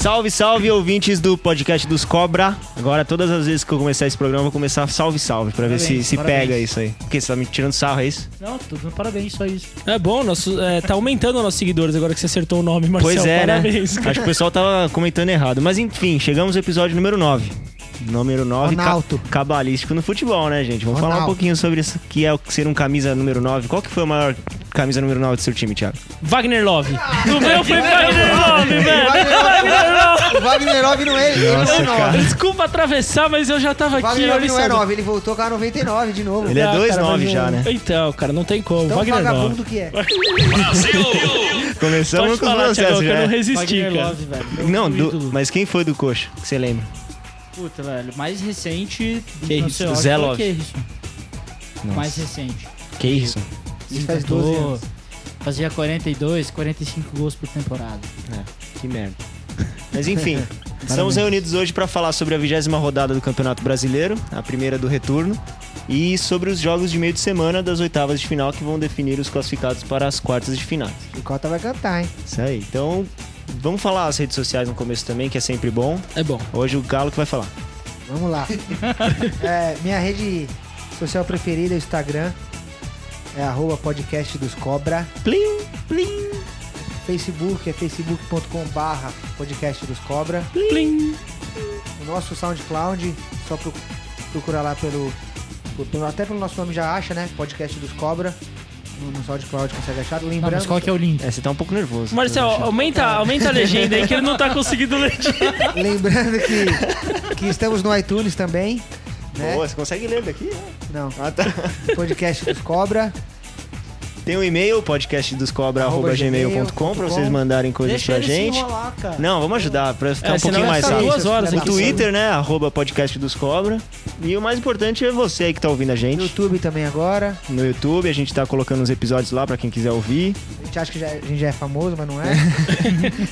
Salve, salve, ouvintes do podcast dos Cobra. Agora, todas as vezes que eu começar esse programa, eu vou começar salve, salve, pra ver se, Parabéns, se parabéns. pega isso aí. Porque você tá me tirando sarro, é isso? Não, tô dando parabéns, só isso. É bom, nosso, é, tá aumentando os nossos seguidores agora que você acertou o nome, Marcelo. pois é, Parabéns, né? cara. Acho que o pessoal tava comentando errado. Mas enfim, chegamos ao episódio número 9. Número 9, ca- Ronaldo. cabalístico no futebol, né, gente? Vamos falar um Ronaldo. pouquinho sobre isso, que é o ser um camisa número 9. Qual que foi a maior camisa número 9 do seu time, Thiago? Wagner Love. O meu foi É. Wagner Love, velho. O Wagner 9 não é ele, não é 9. Desculpa atravessar, mas eu já tava O Wagner 9 aqui. não é olha só. 9, ele voltou com a 99 de novo. Ele é Ah, dois cara, nove mas já, não- né? Então, cara, não tem como. Tão Wagner Love. vagabundo que é. Começamos Pode Então, com os falar, processos, Thiago, que eu né? não resisti, Wagner cara. Love, velho. meu Não, do- ídolo. mas quem foi do coxa? Que você lembra? Puta, velho. Mais recente. Que não isso, sei, eu acho Zé que foi Love. que isso. Mais recente. Que isso? Ele faz 12 anos. Fazia 42, 45 gols por temporada. Que merda. Mas enfim, estamos reunidos hoje para falar sobre a vigésima rodada do Campeonato Brasileiro, a primeira do retorno, e sobre os jogos de meio de semana das oitavas de final que vão definir os classificados para as quartas de final. O Cota vai cantar, hein? Isso aí. Então, vamos falar as redes sociais no começo também, que é sempre bom. É bom. Hoje o Galo que vai falar. Vamos lá. É, minha rede social preferida é o Instagram. É arroba podcast dos cobra. Plim, plim, Facebook é facebook.com barra podcast dos cobra. Plim. O nosso SoundCloud, só pro- procurar lá pelo, pelo- Até pelo nosso nome já acha, né? Podcast dos cobra. No, no SoundCloud consegue achar. Não, Lembrando. mas qual que é o link? É, você tá um pouco nervoso. Marcelo, aumenta, aumenta a legenda aí que ele não tá conseguindo ler. É um Lembrando que, que estamos no iTunes também. Né? Boa, você consegue ler daqui? Não, Ah, tá. podcast dos Cobra. Tem um e-mail, podcastdoscobra.gmail.com, pra vocês mandarem coisas pra gente. enrolar, cara. Não, vamos ajudar pra ficar É, um senão pouquinho vai mais ficar rápido. duas horas O aqui. Twitter, né? Arroba podcast dos Cobra. E o mais importante é você aí que tá ouvindo a No gente YouTube também agora. no YouTube. A gente tá colocando os episódios lá pra quem quiser ouvir. A gente acha que já- a gente já é famoso, mas não é.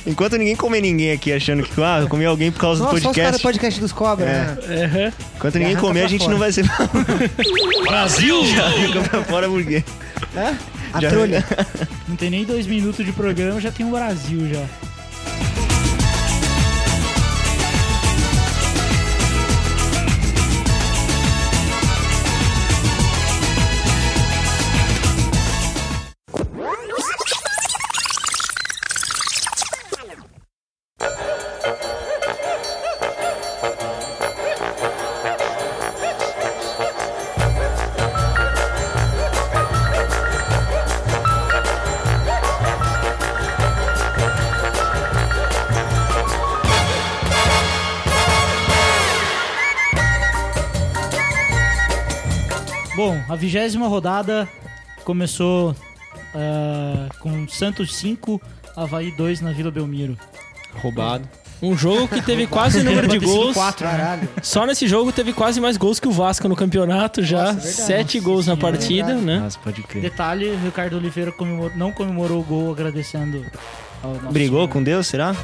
Enquanto ninguém comer ninguém aqui achando que, ah, eu comi alguém por causa Nossa, do só os podcast. caras do podcast dos Cobra, É. né? Aham. Enquanto ninguém Arranca comer, a pra gente fora. não vai ser Brasil! fica pra é fora porque. A Já- trolha. Não tem nem dois minutos de programa, já tem o Brasil já. Bom, a vigésima rodada começou ah, com Santos 5, Havaí 2 na Vila Belmiro. Roubado. Um jogo que teve quase o número de Bateu gols. 5-4, né? Caralho. Só nesse jogo teve quase mais gols que o Vasco no campeonato Nossa, já. é verdade. Sete gols na Senhora, é partida, verdade. né? Nossa, pode crer. Detalhe, Ricardo Oliveira comemorou- não comemorou o gol agradecendo ao nosso Brigou senhor. com Deus, será?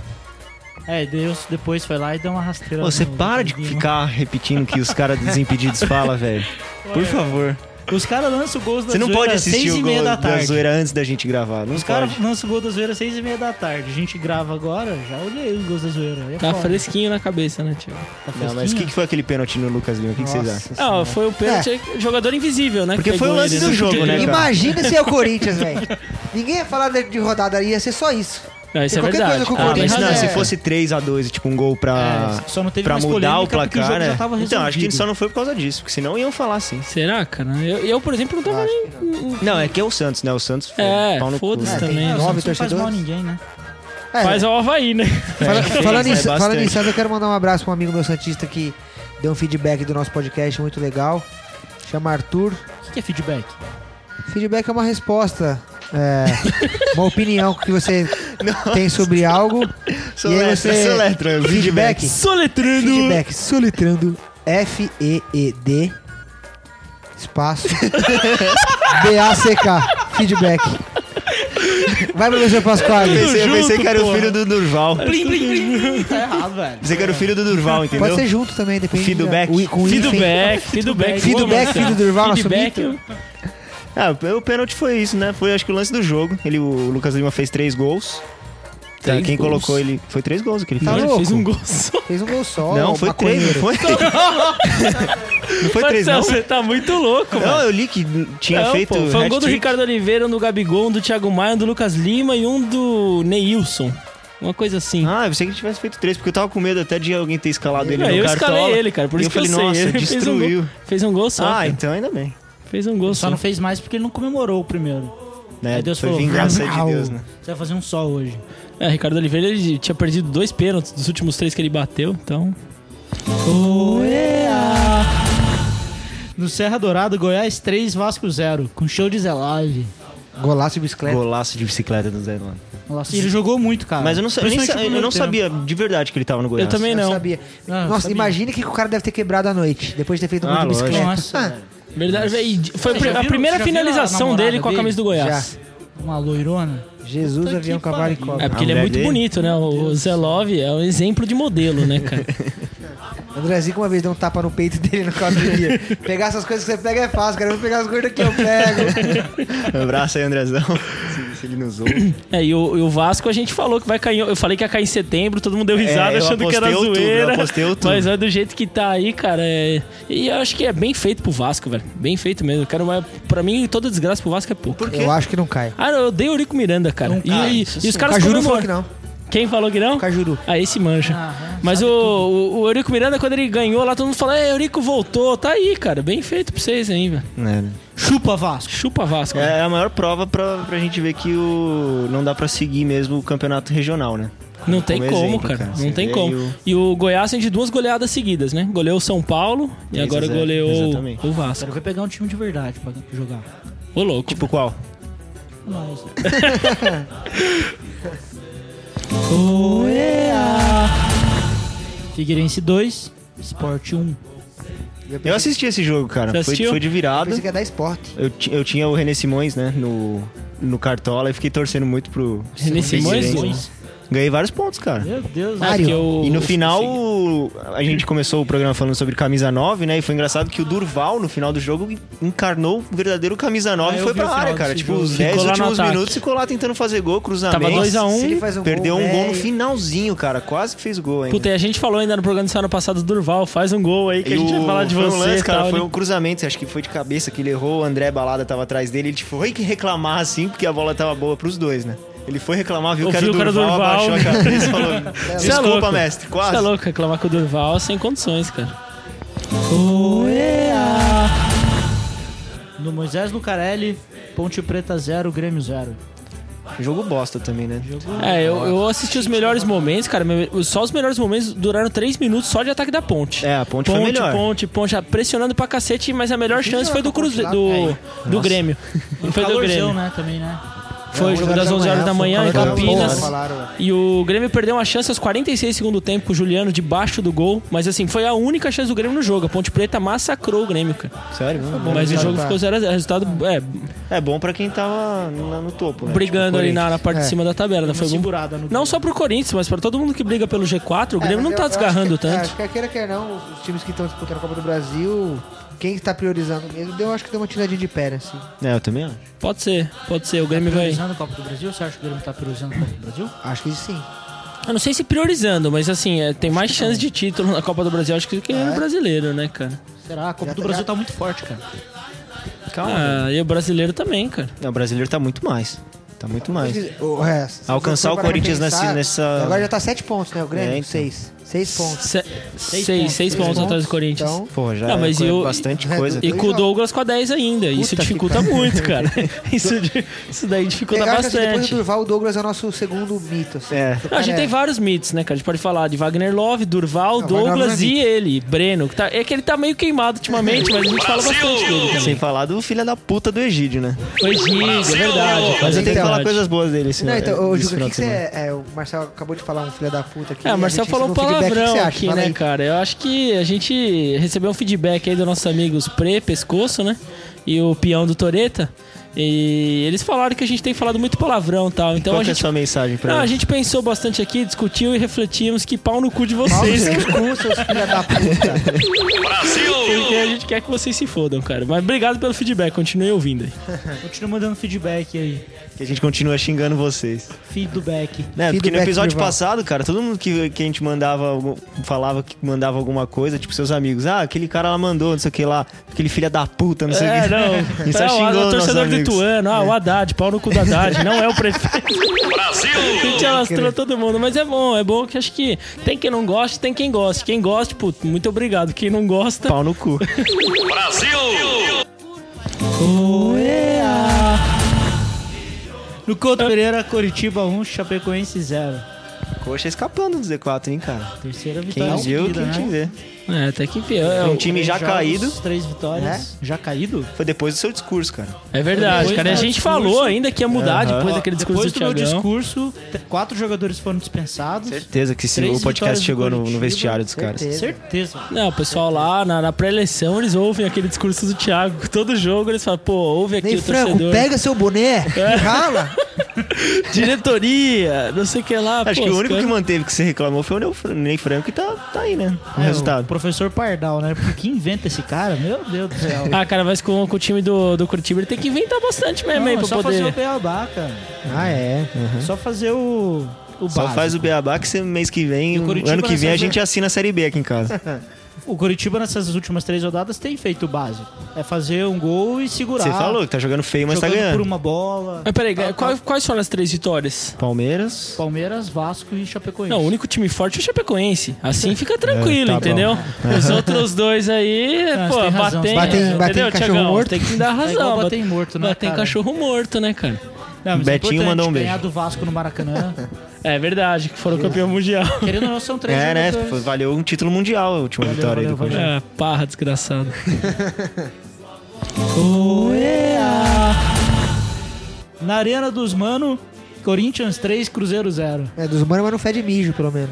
É, Deus depois foi lá e deu uma rasteira. Pô, Você no- para no de Lima. ficar repetindo o que os caras dos impedidos falam, velho. Por favor. Os caras lançam o gol da Você não zoeira pode às assistir seis o e meia gol da da tarde. zoeira antes da gente gravar. Não Os caras pode. lançam o gol da zoeira às seis e meia da tarde. A gente grava agora, já olhei os gols da zoeira. aí É Tá foda. fresquinho na cabeça, né, tio? Tá Não, mas o que, fresquinho? que foi aquele pênalti no Lucas Lima? O que, que vocês acham? Ah, foi o pênalti. Jogador invisível, né? É. Porque que foi o pegou lance ele, do né? jogo, né, cara? Imagina se é o Corinthians, velho. Ninguém ia falar de de rodada, ia ser só isso. Não, isso é Qualquer verdade. coisa com o Ah, Ah, mas mas Corinthians, não, não, é- se se for- fosse 3 a 2 tipo um gol pra, É, só não teve pra mais mudar o polêmica porque placar. jogo né? já tava então, acho que resolvido. só não foi por causa disso, porque senão iam falar sim. Será, cara? Eu, eu, por exemplo, não tava nem. Não, é que é o Santos, né? O Santos foi É, pau no cu, foda-se né? também. tem né? Ah, o nove Santos não faz mal a torcedores. ninguém, né? É, Faz ao Havaí, né? fala- É, falando, fez, em, né, falando em bastante. Santos, eu quero mandar um abraço pra um amigo meu Santista que deu um feedback do nosso podcast muito legal. Chama Arthur. O que que é feedback? Feedback é uma resposta, é, uma opinião que você tem sobre algo. Soletra, soletra, feedback. feedback, Soletrando! feedback, soletrando F-E-E-D, espaço, B-A-C-K, feedback. Vai, professor Eu Pasquale. pensei, eu Tudo pensei que era junto, o filho do Durval. Plim, plim, plim. Tá errado, velho. Pensei que era o filho do Durval, entendeu? Pode ser junto também, depende. Feedback. da- o i- com hífen. Feedback, Feedback, feedback. Boa, filho Marcelo. do Durval, nosso Feedback. mito. Ah, o pênalti foi isso, né? Foi acho que o lance do jogo. Ele, o Lucas Lima fez três gols. Tá, Três quem gols. colocou ele. Foi três gols que ele fez. Tá Não, ele louco? fez um gol só. Fez um gol só. não, o foi três, maconheiro. não foi? não foi três, Marcelo, não. Você tá muito louco, mano. Não, eu li que tinha Não, feito. pô, foi um gol do hat-trick. Ricardo Oliveira, um do Gabigol, um do Thiago Maia, um do Lucas Lima e um do Neilson. Uma coisa assim. Ah, eu pensei que ele tivesse feito três, porque eu tava com medo até de alguém ter escalado ele Não, no É, eu cartola. escalei ele, cara. Por e isso eu falei, que eu sei. nossa, ele fez um, gol, destruiu. fez um gol só. ah, cara. então ainda bem. Fez um gol Só só. não fez mais porque ele não comemorou o primeiro. Né? Aí Deus Foi falou, vingança de "Vrau". Deus, né? Você vai fazer um só hoje. É, Ricardo Oliveira ele tinha perdido dois pênaltis dos últimos três que ele bateu, então. No Serra Dourado, Goiás 3, Vasco 0. Com show de Zé Live. Golaço de Né? bicicleta. Golaço de bicicleta do Zé Luan. E ele jogou muito, É. cara. Mas eu não, sa- eu nem sa- Principalmente no eu não primeiro sabia de verdade que ele tava no Goiás. Eu também Eu não. sabia. Ah, Nossa, sabia. imagina que o cara deve ter quebrado a noite, depois de ter feito um gol Ah, de lógico. bicicleta. tempo. Nossa, Ah, velho. Verdade, e foi Vocês já a viram- primeira já viram a finalização namorada dele com a dele? camisa do Goiás. Uma loirona. Ah, Jesus, Puta avião, que cavalo e pariu. cobra. É porque ele é mulher muito dele? bonito, né? O Zé Love é um exemplo de modelo, né, cara? André Zico uma vez deu um tapa no peito dele no calderia. pegar essas coisas que você pega é fácil, cara. Eu vou pegar as coisas que eu pego. Um abraço aí, Andrezão. se, se ele nos ouve. É, e o, e o Vasco a gente falou que vai cair. Eu falei que ia cair em setembro, todo mundo deu É, risada eu achando que era apostei outubro, zoeira. eu apostei outubro. Mas é do jeito que tá aí, cara. é- E eu acho que é bem feito pro Vasco, velho. Bem feito mesmo. Eu Quero mais... Pra mim, toda desgraça pro Vasco é pouco. Por quê? Eu acho que não cai. Ah, não, eu odeio o Eurico Miranda, cara. Não E, cai, e- isso e os sim. caras Cajuru falou que comemoram. não. Quem falou que não? Cajuru. Ah, esse manja. é. Aham, Mas o, o, o Eurico Miranda, quando ele ganhou lá, todo mundo falou: É, Eurico voltou. Tá aí, cara. Bem feito pra vocês aí, velho. É, né? Chupa Vasco. Chupa Vasco. É a maior prova pra, pra gente ver que o não dá pra seguir mesmo o campeonato regional, né? Não tem Como como, exemplo, cara. cara. Você Não tem vê como. aí o- E o Goiás tem de duas goleadas seguidas, né? Goleou o São Paulo e Três agora a zero. goleou Exatamente. o Quero Vasco. que pegar um time de verdade pra jogar. Ô, louco. Tipo qual? Mas... Figueirense 2, Sport 1. Eu assisti esse jogo, cara. Você Foi, assistiu? foi de virada. Pensei que é ia dar esporte. Eu, ti- eu tinha o René Simões, né, no, no Cartola e fiquei torcendo muito pro. René Simões? Figueirense. Ganhei vários pontos, cara. Meu Deus, Ah, porque o- E no o- final, a gente começou o programa falando sobre camisa 9, né? E foi engraçado que o Durval, no final do jogo, encarnou o verdadeiro camisa 9 Ah, e eu foi vi o pra final área, desse cara. Tipo, jogo. os Ficou 10 lá no últimos ataque. minutos ficou lá tentando fazer gol, cruzamento. Tava 2 a 1 Se ele faz um Perdeu gol, um gol no véi, finalzinho, cara. Quase fez gol ainda. Puta, e a gente falou ainda no programa de semana passado do Durval, faz um gol aí que a gente o- vai falar de foi você. um lance, e cara, tal, foi né? um cruzamento, acho que foi de cabeça que ele errou, o André Balada tava atrás dele, ele tipo, foi que reclamar assim, porque a bola tava boa pros dois, né? Ele foi reclamar, viu que era o Ouviu Durval, abaixou a cabeça e falou, Cê é desculpa, louco. mestre, Você quase. tá louco, reclamar com o Durval sem condições, cara. No Moisés Lucarelli, Ponte Preta 0, Grêmio 0. Jogo bosta também, né? É, eu, eu assisti os melhores momentos, cara. meu- Só os melhores momentos duraram 3 minutos só de ataque da ponte. É, a ponte, foi Ponte, melhor. ponte, ponte, ah, pressionando pra cacete, mas a melhor chance foi do Cruzeiro, do, do Grêmio. Não foi do Grêmio. né, também, né? Foi o jogo das 11 horas da manhã em foi um calor da Campinas. porra, falaram, velho. E o Grêmio perdeu uma chance aos 46 segundo tempo com o Juliano debaixo do gol. Mas assim, foi a única chance do Grêmio no jogo. A Ponte Preta massacrou o Grêmio, cara. Sério? Bom, mas o resultado jogo pra- ficou 0x0. Resultado é, É bom pra quem tava na- no topo, né? brigando ali na, na parte de É. cima da tabela. Né? Foi bom. segurada no Não só pro Corinthians, mas pra todo mundo que briga pelo G4, o É, Grêmio mas não eu- tá eu acho desgarrando que- é, tanto. acho que aquele que não, os, os times que estão disputando a Copa do Brasil, quem está priorizando mesmo, eu acho que deu uma tiradinha de pé, né, assim. É, eu também acho. Pode ser, pode ser. O Grêmio vai. Priorizando a Copa do Brasil? Você acha que o Grêmio tá priorizando a Copa do Brasil? Acho que sim. Eu não sei se priorizando, mas assim, é, tem mais chance de título na Copa do Brasil, acho que, que no É. brasileiro, né, cara? Será? A Copa Já do tá- Brasil já- tá muito forte, cara. Calma. Ah, e o brasileiro também, cara. Não, o brasileiro tá muito mais. Tá muito mais. Acho que- o- é, se Alcançar for o parar pra Corinthians nesse- pensar, nessa- Agora já tá 7 pontos, né? O Grêmio, É, então. 6. 6 pontos. Se- seis, seis, pontos, seis pontos Seis atrás do Corinthians. Então, Porra, já Não, mas é e o- bastante coisa. tá? E Dois com o jogos. Douglas com a 10 ainda. isso Puta que dificulta pariu. muito, cara. Isso, di- isso daí dificulta eu acho que depois do bastante. Durval, o Douglas é o nosso segundo mito, assim. É. O Não, a gente cara tem é- vários mitos, né, cara? A gente pode falar de Wagner Love, Durval, Não, Wagner Douglas Love é e ele, Breno. que tá- é que ele tá meio queimado ultimamente, mas a gente fala bastante dele. também. Sem falar do filho da puta do Egídio, né? Foi giga, é verdade. Mas eu é tenho que verdade. falar coisas boas dele. esse- Não, então, ô, desse Juca, o final que, que de você. semana. É, o Marcelo acabou de falar um filho da puta aqui. É, a o Marcel gente falou recebeu um feedback, o que palavrão você acha? aqui, Fala né, aí. cara? Eu acho que a gente recebeu um feedback aí dos nossos amigos Pre, Pescoço, né? E o peão do Toreta. E eles falaram que a gente tem falado muito palavrão e tal. Então Qual a que é a gente. sua mensagem pra Não, a eles? gente pensou bastante aqui, discutiu e refletimos que pau no cu de Pau no vocês. seu cu, seus filha da puta. Porque a gente quer que vocês se fodam, cara. Mas obrigado pelo feedback, continue ouvindo aí. Continua mandando feedback aí. Que a gente continua xingando vocês. Feedback. Né? Porque no Feedback episódio privado. passado, cara, todo mundo que, que a gente mandava, algum- falava que mandava alguma coisa, tipo seus amigos, ah, aquele cara lá mandou, não sei o que lá, aquele filho da puta, não sei o É, que. não. E só É, o- xingou o, nossos torcedor do amigos. É. Ituano, ah, o Haddad, pau no cu do Haddad, não é o prefeito. Brasil! A gente alastrou todo mundo, mas é bom, é bom que acho que tem quem não gosta, tem quem gosta. Quem gosta, puto, muito obrigado. Quem não gosta. Pau no cu. No Couto Pereira, Curitiba 1, Chapecoense 0. Coxa escapando do Z4, hein, cara. Terceira Quem vitória. viu, seguida, né? quem te vê. É, até que ver. É, Um time Três já jogos, caído. Três vitórias. Já caído? Foi depois do seu discurso, cara. é verdade, Depois cara. E a do gente discurso- falou ainda que ia mudar depois Ó, daquele discurso Depois do do meu Thiagão. discurso, te- quatro jogadores foram dispensados. Certeza que se Três o vitórias podcast do chegou no, no Curitiba, vestiário dos caras. certeza. Certeza. Não, o pessoal lá na, na pré-eleição, eles ouvem aquele discurso do Thiago. Todo jogo eles falam, pô, ouve aqui Ney o Franco, torcedor. É. pega seu boné e rala. Diretoria, não sei o que lá. Acho pô, que o os único caras- que manteve que você reclamou foi o Ney Fran- Ney Franco e tá, tá aí, né? O É, O resultado. professor Pardal, né? Porque quem inventa esse cara? Meu Deus do céu. Ah, cara, mas com, com o time do, do Curitiba ele tem que inventar bastante É mesmo, hein, Não, é pra só fazer o poder. beabá, cara. Ah, é. Só fazer o, o Só básico. faz o Beabá que você- mês que vem, um E o Curitiba ano que vem a nessas- gente assina a Série B aqui em casa. O Curitiba, nessas últimas três rodadas, tem feito o básico. É fazer um gol e segurar. Você falou que tá jogando feio, mas tá jogando ganhando. por uma bola. Mas peraí, Tá, quais, quais foram as três vitórias? Palmeiras. Palmeiras, Vasco e Chapecoense. Não, o único time forte é o Chapecoense. Assim fica tranquilo, tá bom. entendeu? Os outros dois aí, Ah, pô, você tem batem, razão, você tem razão. Batem- entendeu, batem cachorro Thiagão? morto. Tem que dar é igual razão. bater em morto, né, bater em cara? cachorro morto, né, cara? Não, mas é Betinho importante mandou um beijo. Ganhar do Vasco no Maracanã. É verdade, que foram campeão mundial. Querendo ou não, são três É, né? jogadores. Foi- Valeu um título mundial a última vitória aí do valeu, Palmeiras. É, parra, desgraçado. Na Arena dos Mano, Corinthians 3, Cruzeiro 0. É, dos humanos, mas não fede mijo, pelo menos.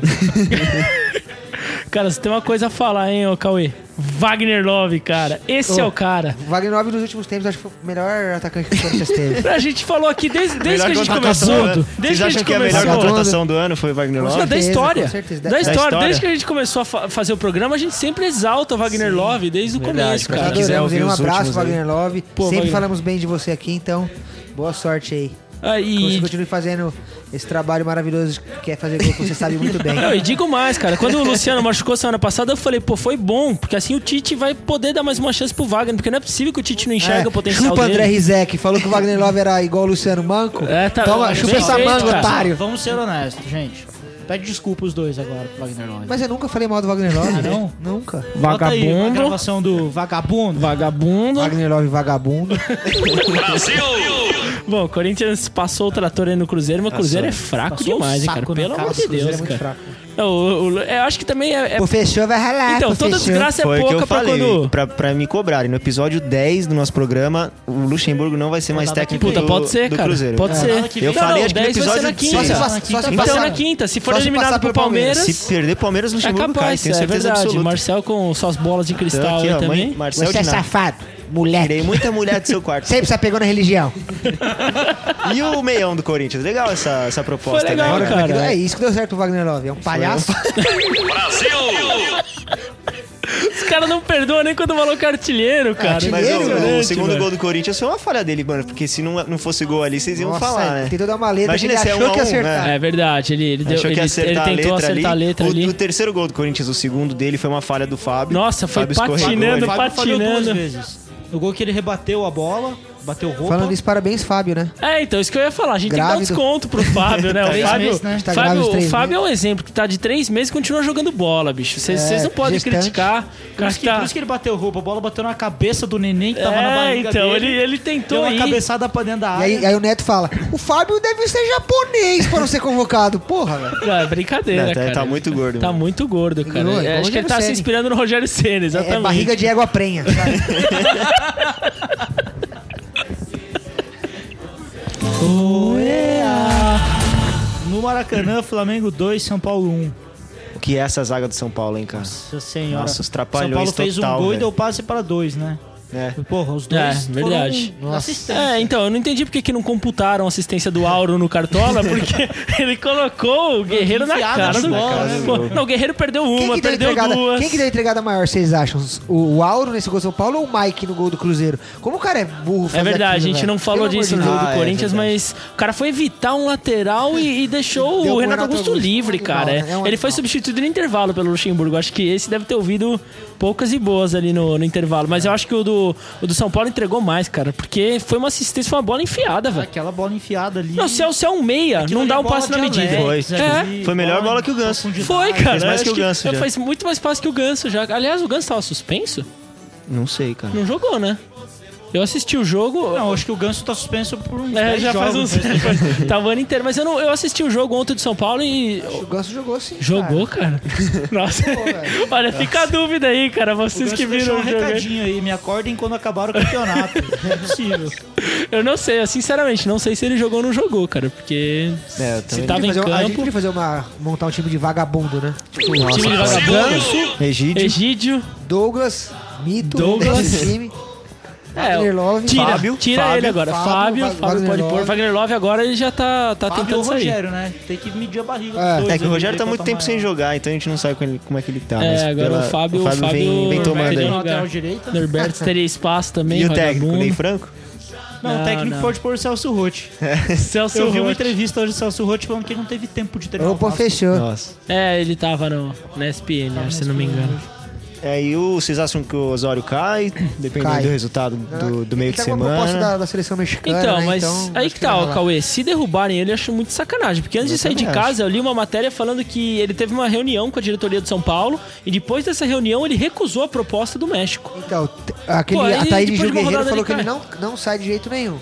Cara, você tem uma coisa a falar, hein, ô Cauê? Wagner Love, cara. Esse é Ô. o cara. O Wagner Love, nos últimos tempos, acho que foi o melhor atacante que o Corinthians teve. A gente falou aqui desde, desde que a gente contratação começou. do ano. Desde né? Vocês que a gente acham que é a melhor começou. contratação do ano foi o Wagner Não, Love? da certeza, história. com certeza. Da, Da história. história. Desde que a gente começou a fa- fazer o programa, a gente sempre exalta o Wagner Love desde o Verdade, começo, pra cara. quem quiser Adoramos ouvir ele. Um os abraço, últimos aí. Wagner Love. Pô, Sempre Wagner. falamos bem de você aqui, então boa sorte aí. Ah, Que você e, continue fazendo esse trabalho maravilhoso que é fazer gol que você sabe muito bem. não, e digo mais, cara. Quando o Luciano machucou semana passada, eu falei, pô, foi bom, porque assim o Tite vai poder dar mais uma chance pro Wagner, porque não é possível que o Tite não enxerga É, o potencial chupa dele. André Rizek, falou que o Wagner Love era igual o Luciano Manco. É, tá- Toma, bem chupa essa feito, manga, cara. otário. Vamos ser honestos, gente. Pede desculpa os dois agora pro Wagner Love. Mas eu nunca falei mal do Wagner Love. né? Ah, não? Nunca. Bota aí uma Vagabundo. gravação do Vagabundo. Vagabundo. Wagner Love vagabundo. é Bom, o Corinthians passou o trator aí no Cruzeiro, mas o Cruzeiro é fraco Passou demais, o hein, saco cara. na Pelo cara amor do de Ele é Deus, muito cara. fraco. Não, o- o- eu acho que também é. é- Professor vai ralar, Então, toda professor. desgraça é Foi o que pouca eu pra falei, quando. pra, pra me cobrarem. No episódio 10 do nosso programa, o Luxemburgo não vai ser mais Rodada que técnico Puta, do, pode ser, do cara. Cruzeiro. Pode É. ser. Eu Não, falei, não, acho que no 10 vai ser episódio na seis. quinta. Só se Só passar- se Vai ser passar na quinta. Se for Só se eliminado passar pro pelo Palmeiras, Palmeiras. Se perder Palmeiras, É Luxemburgo cai, capaz, tenho é certeza verdade. absoluta. Marcel com suas bolas de Então, cristal aí ó, também. mãe- Marcel Você é de Ná- safado, moleque. Tirei muita mulher do seu é quarto. Sempre se apegou na religião. E o meião do Corinthians? Legal essa, essa proposta, Foi legal, né? cara. É isso que deu certo o Wagner Love. É um palhaço. Os caras não perdoam nem quando falou que é artilheiro, cara. Mas Dinheiro, o, o Impressionante, segundo mano. gol do Corinthians foi uma falha dele, mano. Porque se não, não fosse gol ali, vocês iam Nossa, falar, né? Tem toda uma letra Imagina que se ele é achou um que ia a um, acertar. né? É verdade, ele, ele, deu, Achou ele, que ia acertar ele tentou a letra acertar ali. a letra o, ali. o terceiro gol do Corinthians, o segundo dele, foi uma falha do Fábio. Nossa, foi Fábio escorregou patinando, ali. Fábio falhou duas patinando. vezes. No gol que ele rebateu a bola, bateu roupa. Falando isso, parabéns, Fábio, né? É, então, isso que eu ia falar. A gente tem que Grávido. dar um desconto pro Fábio, né? O Três Fábio, meses, né? Tá Fábio, grávida de o três Fábio é um exemplo que tá de três meses e continua jogando bola, bicho. Vocês É, vocês não podem gestante. criticar. O Por cara isso, que, tá- por isso que ele bateu roupa. A bola bateu na cabeça do neném que tava na É, barriga então, dele. ele, ele Deu tentou uma ir. cabeçada pra dentro da E área. aí, aí o Neto fala: O Fábio deve ser japonês pra não ser convocado. Porra, velho. Não, é brincadeira, Não, tá- cara. tá muito gordo, Tá mano. muito gordo, cara. Não, é É, igual acho que o ele tá Rogério se Senna. inspirando no Rogério Senna, É, exatamente. barriga de égua prenha. sabe? No Maracanã, Flamengo 2, São Paulo 1. O que é essa zaga do São Paulo, hein, cara? Nossa senhora. Nossa, os São trapalhões Paulo fez um total, gol e velho. deu passe pra dois, né? É. Porra, os dois. É, verdade. foram Nossa. assistência. É, então, eu não entendi porque que não computaram a assistência do Auro no Cartola, porque ele colocou o Guerreiro na Enfiada cara. de do- bola, né, Pô, meu? não, o Guerreiro perdeu Quem uma, que, deu perdeu entregada, duas. quem que deu entregada maior, vocês acham? O, o Auro nesse gol do São Paulo ou o Mike no gol do Cruzeiro? Como o cara é burro É fazer verdade, a aquilo, gente velho? não falou Pelo amor disso né? de no Deus. jogo do Ah, é Corinthians, mas o cara foi evitar um lateral e, e deixou Deu pro o Renato Renato Augusto Augusto. livre, É um cara. animal, né? É um Ele foi animal. substituído no intervalo pelo Luxemburgo. Acho que esse deve ter ouvido poucas e boas ali no, no intervalo. Mas eu acho que o do, o do São Paulo entregou mais, cara, porque foi uma assistência, foi uma bola enfiada, velho. Aquela bola enfiada ali. Não, se é, o- se é um meia, Aquilo não ali dá é um bola passe na de medida. Alex, Foi. né? É. Ali, Foi melhor bola bola que o Ganso. profundidade. Foi, cara. mais acho que o Ganso já. Faz muito mais passe que o Ganso já. Aliás, o Ganso tava suspenso? Não sei, cara. Não jogou, né? Eu assisti o jogo. Não, acho que o Ganso tá suspenso por uns É, 10 já faz jogos. né? uns. Tava o ano inteiro. Mas eu, não, eu assisti o jogo ontem do São Paulo e. O Ganso jogou sim. Jogou, cara? Nossa. velho. Olha, fica a dúvida aí, cara. O Vocês Ganso que viram deixou um o jogo. né? aí. recadinho aí, me acordem quando acabar o campeonato. Não é possível. Tá Eu não sei, eu sinceramente, não sei se ele jogou ou não jogou, cara. Porque. É, eu se tá também Fazer tava em uma- a gente campo. podia fazer uma. montar um time de vagabundo, né? Tipo, Time de Nossa, vagabundo, Egídio. Egídio. Douglas, Mito, Douglas. esse time. É, Wagner Love. tira, Fábio, tira Fábio, ele agora. Fábio, Fábio, Fábio, Va- Wagner pode pôr. Love. Wagner Love agora ele já tá, tá Fábio ou tentando sair. Rogério, né? Tem que medir a barriga dos É. dois É que o ali, né? Rogério tá ver muito quanto tempo mais- sem jogar, então a gente não sabe com ele- como é que ele tá. É, mas agora pela- o Fábio- o o Fábio vem, Fábio- é vem tomando Fábio Na aí. joga. lateral direita. Norberto teria espaço também. E o técnico, Ney vagabundo. Franco? Não, Não, o técnico não. pode pôr o Celso Rotti. Celso Eu vi uma Roth. entrevista hoje do Celso Rotti falando que ele não teve tempo de treinar. o Opa, Vasco. fechou. Nossa. É, ele tava no, na SPN, acho, se não me engano. É, Aí o, vocês acham que o Osório cai, dependendo Cai. do resultado do, do meio de Ele tá com a proposta semana. da, da seleção mexicana. Então, né? mas Então, aí acho que tá, vai ó, lá. Cauê. Se derrubarem ele, eu acho muito sacanagem. Porque antes Eu de sair de também acho. casa, eu li uma matéria falando que ele teve uma reunião com a diretoria de São Paulo e depois dessa reunião ele recusou a proposta do México. Então, t- aquele Pô, aí Ataíde depois de Gil uma Guerreiro rodada falou ele que ele não, não sai de jeito nenhum.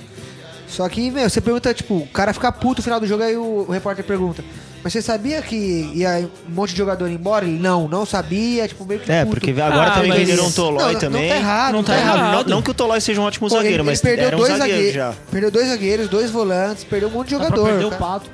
Só que, meu, você pergunta, tipo, o cara fica puto no final do jogo, aí o, o repórter pergunta. Mas você sabia que ia um monte de jogador embora? Ele, não, não sabia, tipo, meio que É, puto. porque agora Ah, também mas- venderam o um Tolói não, não, também. Não tá errado, Não não tá tá, Não, errado. errado. Não, que o Tolói seja um ótimo Pô, zagueiro, mas era um zagueiro zagueiros, já. perdeu dois zagueiros, dois volantes, perdeu um monte de Dá pra jogador. perder o cara. pato.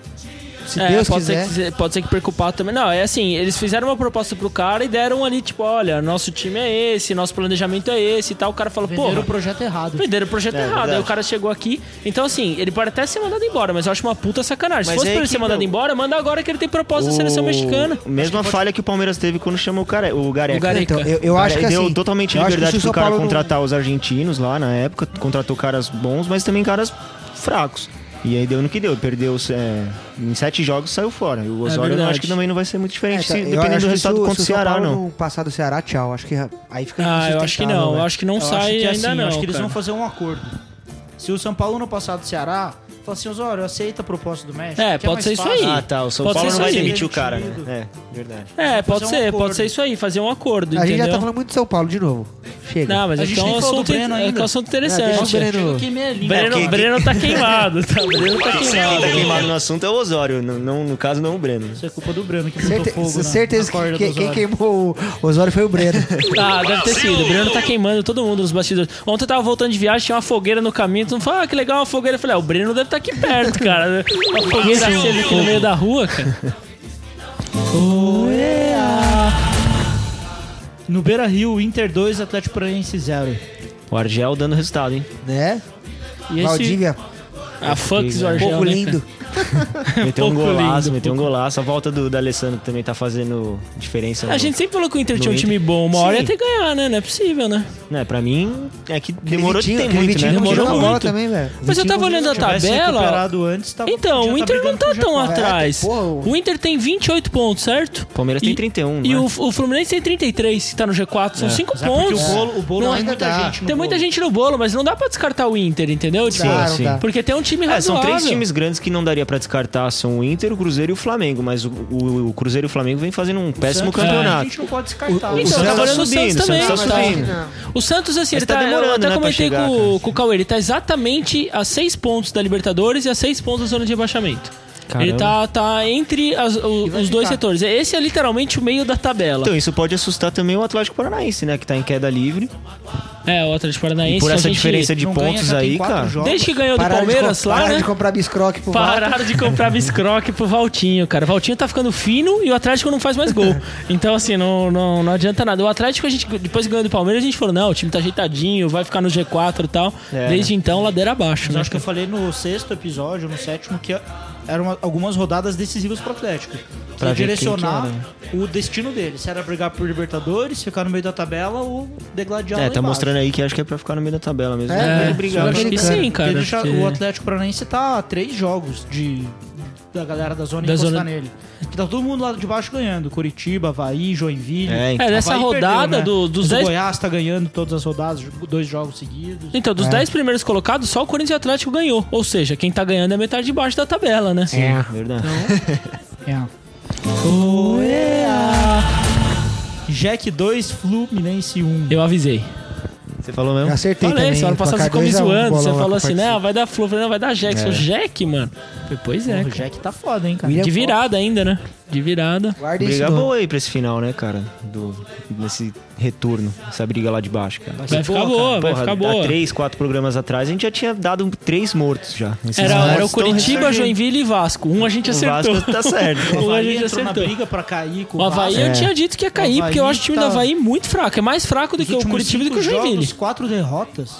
Se É, Deus pode quiser. Ser que, pode ser que perca o pato também. Não, é assim, eles fizeram uma proposta pro cara e deram ali, tipo, olha, nosso time é esse, nosso planejamento é esse e tal. O cara falou, pô, Venderam o projeto errado. Venderam o projeto É, errado. verdade. Aí o cara chegou aqui. Então, assim, ele pode até ser mandado embora, mas eu acho uma puta sacanagem. Se Mas fosse é pra ele que, ser mandado meu, embora, manda agora que ele tem proposta da seleção O- mexicana. Mesma falha que o Palmeiras teve quando chamou o, Care... o Gareca. O Gareca. Então, eu, eu acho que deu assim, totalmente eu acho que se liberdade o pro São cara Paulo não- contratar os argentinos lá na época, contratou caras bons, mas também caras fracos. E aí deu no que deu, perdeu é, em sete jogos saiu fora. E o Osório eu É verdade. acho que também não vai ser muito É, diferente, tá, se- eu dependendo acho do que resultado se o- contra o se São Ceará, Paulo não. Passar do Ceará, tchau. Acho que aí fica Ah, eu acho que insustentável, não. Eu velho. acho que não Eu acho sai que é ainda assim, eu não. Acho que eles cara. vão fazer um acordo. Se o São Paulo não passar do Ceará, fala assim, Osório, aceita a proposta do México. É, que pode mais ser isso fácil." aí. Ah, tá. O São Pode Paulo ser não vai isso aí. demitir o cara, né? É, verdade. É, pode fazer um ser, acordo. pode ser isso aí, fazer um acordo. A gente entendeu? já tá falando muito de São Paulo de novo. Chega. Não, mas A é gente que é um nem falou do assunto, é Breno que é um ainda. assunto Ah, deixa o interessante. Breno- Eu queimei a língua. Breno, Quem- Breno tá queimado, tá? Breno tá Quem tá queimado. queimado no assunto é o Osório, não, não- no caso não o Breno. Isso é culpa do Breno que botou Certe- fogo na- certeza na que corda que- do quem Osório. queimou o Osório foi o Breno. Ah, deve ter sido. O Breno tá queimando todo mundo nos bastidores. Ontem eu tava voltando de viagem, tinha uma fogueira no caminho. Tu não fala, ah, que legal uma fogueira. Eu falei, ah, o Breno deve estar aqui perto, cara. Uma fogueira acesa aqui no meio da rua, cara. No Beira Rio, Inter 2, Atlético Paranaense 0. O Argel dando resultado, hein? né? E esse, Valdívia, a Fux é do Argel, pouco né, lindo. Meteu um Pouco golaço, lindo, meteu um golaço. A volta do da Alessandro também tá fazendo diferença. cara? A no- gente sempre falou que o Inter No tinha um Inter. time bom. Uma hora ia Sim. ter que ganhar, né? Não é possível, né? né, pra mim, é que demorou de Vitinho- ter aquele muito, né? Vitinho não Demorou joga bola muito. também, velho. Mas eu tava olhando a Tivesse tabela. recuperado antes, tava, Tá Então, já o Inter não brigando tá com o É, tão G4. atrás. porra, o- O Inter tem 28 pontos, certo? O Palmeiras tem E- 31, E né? o, o Fluminense tem 33, que tá no G4. São 5 Mas é porque pontos. o bolo, o bolo Não, tem ainda muita dá. gente no Tem muita bolo. gente no bolo, mas não dá pra descartar o Inter, entendeu? Tipo, Dá, sim. não dá. porque tem um time É, são razoável. três times grandes que não daria pra descartar. São o Inter, o Cruzeiro e o Flamengo. Mas o, o- o Cruzeiro e o Flamengo vem fazendo um péssimo Santos, A campeonato. gente não pode descartar. O- o- né? Então, Santos tá tá olhando o Santos subindo, o também. Santos tá cara. subindo. Não. O Santos, assim, Mas ele tá tá. demorando, eu até né, pra comentei chegar, com, cara. o- com o Cauê, ele tá exatamente a seis pontos da Libertadores e a seis pontos da zona de rebaixamento. Ele tá, tá entre as- o- os vai dois ficar. setores. Esse é literalmente o meio da tabela. Então, isso pode assustar também o Atlético Paranaense, né? Que tá em queda livre. É, o Atlético Paranaense. e por a essa gente- diferença de não ganha, pontos já tem aí, quatro cara. jogos. Desde que ganhou do Pararam de Palmeiras co- lá, pararam né? de comprar biscroque pro Vasco. Pararam de comprar biscroque pro Valtinho, cara. O Valtinho tá ficando fino e o Atlético não faz mais gol. Então, assim, não, não, não adianta nada. O Atlético, a gente, depois que ganhou do Palmeiras, a gente falou: não, o time tá ajeitadinho, vai ficar no G4 e tal. É. Desde então, ladeira abaixo. Mas né? acho que eu falei no sexto episódio, no sétimo, que eram algumas rodadas decisivas pro Atlético. Pra Pra ver quem direcionar que era, né? o destino dele. Se era brigar por Libertadores, ficar no meio da tabela ou degladiar É, lá tá embaixo. mostrando aí que acho que é pra ficar no meio da tabela mesmo. É, Né? É, obrigado. eu acho que Obrigado. sim, cara. Porque deixa- porque- O Atlético Paranaense tá a três jogos de da galera da zona Da encostar zona- nele. Que tá todo mundo lá de baixo ganhando. Curitiba, Havaí, Joinville. É, então. É, nessa Havaí rodada perdeu, né? do- dos Mas O 10. Goiás tá ganhando todas as rodadas, dois jogos seguidos. Então, É. dos 10 primeiros colocados, só o Corinthians e o Atlético ganhou. Ou seja, quem tá ganhando é metade de baixo da tabela, né? Verdade. É. Jack 2, Fluminense 1. Eu avisei. Você falou mesmo? Acertei Falei, também. semana passada você placar ficou me 2 a 1 zoando. bolão Você lá falou que eu assim, participei. não, vai dar Flu, falei, não, vai dar Jack. É. Sou Jack, mano. Falei, Pois é, O cara. Jack tá foda, hein, cara. William De virada ainda, né? De virada. Guarda isso. Briga no- boa aí pra esse final, né, cara? Do, nesse retorno, essa briga lá de baixo, cara. Vai ficar boa, Ah, vai Porra, ficar Há boa. três, quatro programas atrás, a gente já tinha dado um, três mortos já. Esses Era, mortos era o estão Então, Curitiba, ressurgindo. Joinville e Vasco. Um a gente acertou. O Vasco tá certo. O Hoje Havaí a gente entrou na acertou. briga pra cair com O Havaí É. eu tinha dito que ia cair, O porque eu Havaí acho o time tá- do Havaí muito fraco. É mais fraco do Os que o últimos Curitiba do que o cinco Joinville. jogos, quatro derrotas.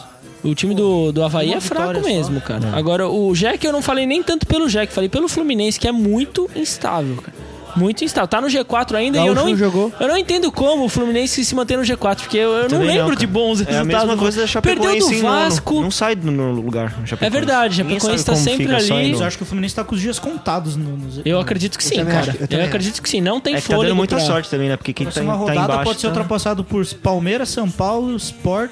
O time do, do Havaí Uma é fraco vitória só. mesmo, cara. É. Agora, o Jack eu não falei nem tanto pelo Jack, falei pelo Fluminense, que é muito instável, cara. Muito instável. Tá no G4 ainda e eu Gaúcho não, en- jogou. eu não entendo como o Fluminense se mantém no G4, porque eu, eu não Também não, lembro cara. de bons É a resultados. mesma coisa da Chapecoense Perdeu em do nono. Vasco. Não sai do nono lugar. a Chapecoense. É verdade, a Ninguém Chapecoense sabe tá como sempre fica só em ali. nono. Mas eu acho que o Fluminense tá com os dias contados no, no Eu acredito que sim, também cara. acho que- eu eu, também acredito que sim. Não tem É que tá fôlego. dando muita pra- sorte também, né? Porque quem tá, Próxima tá rodada embaixo... pode ser tá- ultrapassado por Palmeiras, São Paulo, Sport.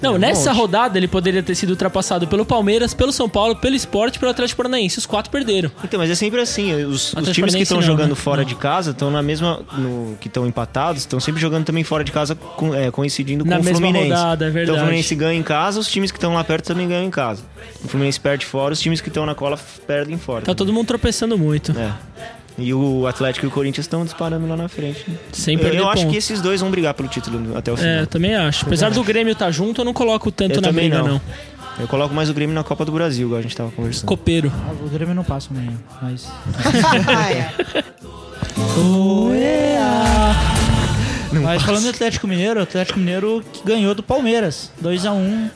É Não, É nessa rodada ele poderia ter sido ultrapassado pelo Palmeiras, pelo São Paulo, pelo Sport, pelo Atlético Paranaense. Os quatro perderam. Então, mas é sempre assim. Os, os times Atlético que Paranaense estão não, jogando né? fora Não. de casa estão na mesma. no- que estão empatados, estão sempre jogando também fora de casa, com- é, coincidindo Na com o mesma Fluminense. rodada, Então é o verdade. Fluminense ganha em casa, os times que estão lá perto também ganham em casa. O Fluminense perde fora, os times que estão na cola f- perdem fora. Tá todo mundo tropeçando muito. É. E o Atlético e o Corinthians estão disparando lá na frente. né? Sem Eu, perder eu acho ponto. que esses dois vão brigar pelo título até o final. É, eu também acho. Apesar do Grêmio estar junto, eu não coloco tanto Eu na também briga, não. não. Eu coloco mais o Grêmio na Copa do Brasil, igual a gente tava conversando. Copeiro. Ah, o Grêmio não passa amanhã, mas... mas falando do Atlético Mineiro, o Atlético Mineiro que ganhou do Palmeiras. 2x1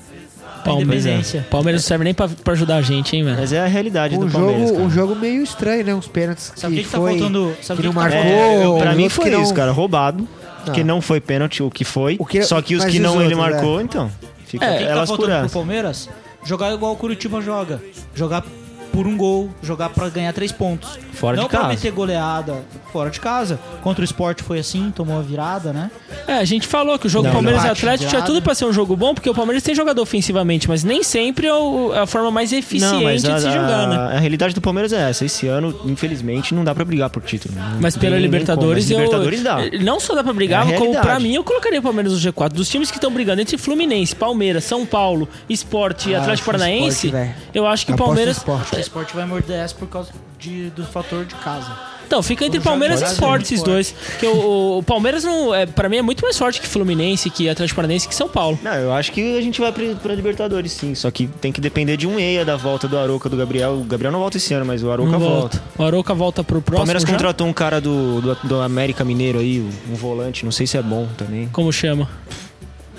Palmeiras. Independência. é. Palmeiras não serve nem pra, pra ajudar a gente, hein, velho? Mas é a realidade Um do Palmeiras. jogo, cara. um jogo meio estranho, né? Uns pênaltis que, Sabe o que, que tá foi... faltando? Sabe que o não que, que tá marcou. É, eu- um pra os mim outros foi que não- isso, cara. Roubado. Que não foi pênalti, o que foi. Ah. O que- é- só que os mas que e os não ele outros, é? marcou, então. Fica É, Quem tá elas por faltando pro elas. Palmeiras? Jogar igual o Curitiba joga. Jogar por um gol, jogar pra ganhar três pontos. Fora Não de pra casa. meter goleada fora de casa. Contra o esporte foi assim, tomou a virada, né? É, a gente falou que o jogo Não, Palmeiras e empate, Atlético tinha virada. tudo pra ser um jogo bom, porque o Palmeiras tem jogador ofensivamente, mas nem sempre é o- é a forma mais eficiente Não, mas a, de se jogar, né? a- a realidade do Palmeiras é essa. Esse ano, infelizmente, não dá pra brigar por título. né? Não Mas tem pela nem Libertadores, como. Mas Libertadores eu. dá. Não só dá pra É brigar, a como pra realidade. mim eu colocaria o Palmeiras no G4. Dos times que estão brigando entre Fluminense, Palmeiras, São Paulo, Esporte e Ah, Atlético acho que o Paranaense, Sport, velho. eu acho que o Aposto no Palmeiras. Sport. O esporte vai morder essa por causa de- do fator de casa. Então, fica entre Vamos Palmeiras e jogar Sport, junto, esses dois. Porque o, o- o Palmeiras, não, é, pra mim, é muito mais forte que Fluminense, que Atlético Paranaense, que São Paulo. Não, eu acho que a gente vai pra, pra Libertadores, sim. Só que tem que depender de um EIA da volta do Aroca, do Gabriel. O Gabriel não volta esse ano, mas o Aroca Não volta. O Arouca volta pro O próximo. Palmeiras já? contratou um cara do, do, do América Mineiro aí, um volante, não sei se é bom também. Como chama?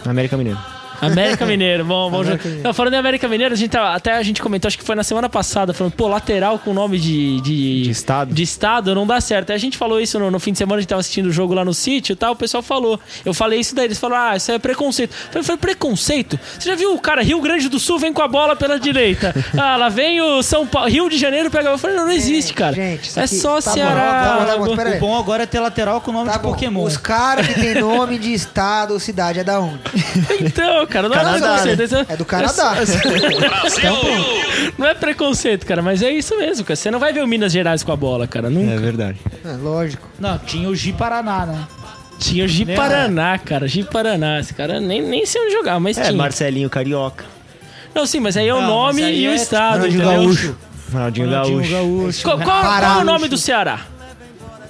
América Mineiro. América Mineiro, bom, bom América jogo. Mineiro. Não, falando em América Mineiro, a gente tava- até a gente comentou, acho que foi na semana passada, falando, pô, lateral com nome de. De, De estado. de estado não dá certo. Aí A gente falou isso no, no fim de semana, a gente tava assistindo o jogo lá no sítio e tal, o pessoal falou. Eu falei isso daí, eles falaram, ah, isso é preconceito. Eu falei, preconceito? Você já viu o cara, Rio Grande do Sul vem com a bola pela direita. ah, lá vem o São Paulo, Rio de Janeiro pega. Eu falei, não, não existe, cara. gente, isso é aqui tá só bom, tá Ceará. bom, tá bom, Pera aí. O bom agora é ter lateral com o nome Tá de bom. Pokémon. Os caras que tem nome de estado ou cidade é da onde? Então, cara, não Canadá, né? é preconceito. isso É do Canadá. Não é preconceito, cara, mas é isso mesmo, cara. Você não vai ver o Minas Gerais com a bola, cara. Não É verdade. É, lógico. Não, tinha o Gi Paraná, né? tinha o Gi Né? Paraná, cara. Gi Paraná. Esse cara nem, nem sei onde jogar, mas É, tinha. Marcelinho Carioca. Não, sim, mas aí é o Não, mas nome aí e o é- estado. Ronaldinho entendeu? Gaúcho. Ronaldinho, Ronaldinho Gaúcho. Gaúcho. Qual, qual- Pará, qual é o luxo. nome do Ceará?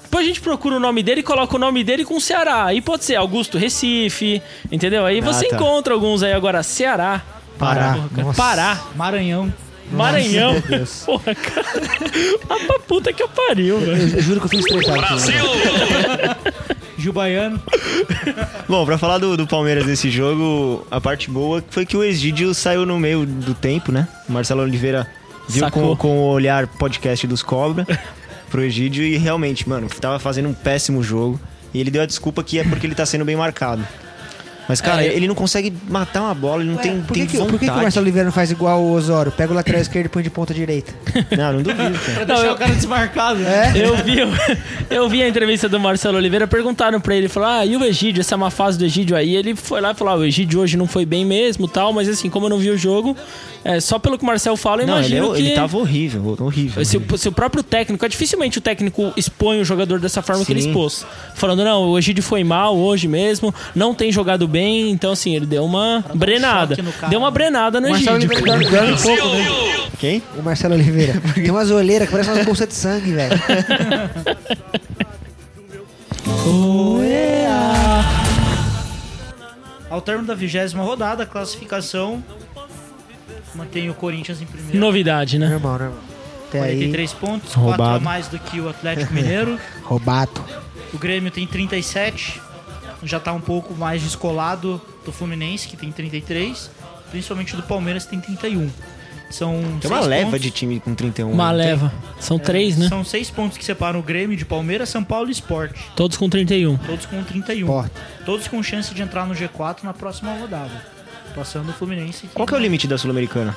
Depois a gente procura o nome dele e coloca o nome dele com Ceará. Aí pode ser Augusto Recife, entendeu? Aí você tá. encontra alguns aí agora. Ceará, Pará. Pará. cara, Nossa. Pará, Maranhão. Maranhão. Meu Deus. Porra, cara. Ah, pra puta que eu pariu, velho. Eu, eu juro que eu fui estressado. Brasil! Jubaiano. Bom, pra falar do, do Palmeiras nesse jogo, a parte boa foi que o Exídio saiu no meio do tempo, né? O Marcelo Oliveira viu Sacou. com, com o olhar podcast dos Cobra pro Egídio e realmente, mano, tava fazendo um péssimo jogo. E ele deu a desculpa que é porque ele tá sendo bem marcado. Mas, cara, É, eu- ele não consegue matar uma bola, ele não tem, por tem que, que, vontade. por que, que o Marcelo Oliveira não faz igual o Osório? Pega o lateral esquerdo e põe de ponta direita. Não, não duvido, cara. Não, eu- o cara desmarcado. É? Eu vi, eu vi a entrevista do Marcelo Oliveira, perguntaram pra ele, falaram, ah, e o Egídio, essa má fase do Egídio aí? Ele foi lá e falou, ah, o Egídio hoje não foi bem mesmo, tal, mas assim, como eu não vi o jogo, é, só pelo que o Marcel fala, eu Não, ele, é- imagino que... ele tava horrível, horrível. Se o, se o próprio técnico, é dificilmente o técnico expõe o jogador dessa forma que ele Sim. expôs. Falando, não, o Egídio foi mal hoje mesmo, não tem jogado bem, então assim, ele deu uma brenada. Tá um choque no cara, deu uma né? brenada no O Marcelo Egídio. Oliveira dorme, dorme pouco, né? Quem? O Marcelo Oliveira. Tem umas olheiras que parecem umas bolsas de sangue, velho. Ao término da vigésima rodada, a classificação mantém o Corinthians em primeiro. Novidade, né? Normal, normal. Até É aí, 43 pontos, Roubado. 4 a mais do que o Atlético Mineiro. roubado. O Grêmio tem 37, já tá um pouco mais descolado do Fluminense, que tem 33, principalmente do Palmeiras, que tem 31. São Tem uma seis leva pontos, de time com 31. Uma né? leva. São três, né? É, São seis pontos que separam o Grêmio de Palmeiras, São Paulo e Sport. Todos com 31. Todos com 31. Porta. Todos com chance de entrar no G4 na próxima rodada. Passando o Fluminense. Qual que é o limite da Sul-Americana?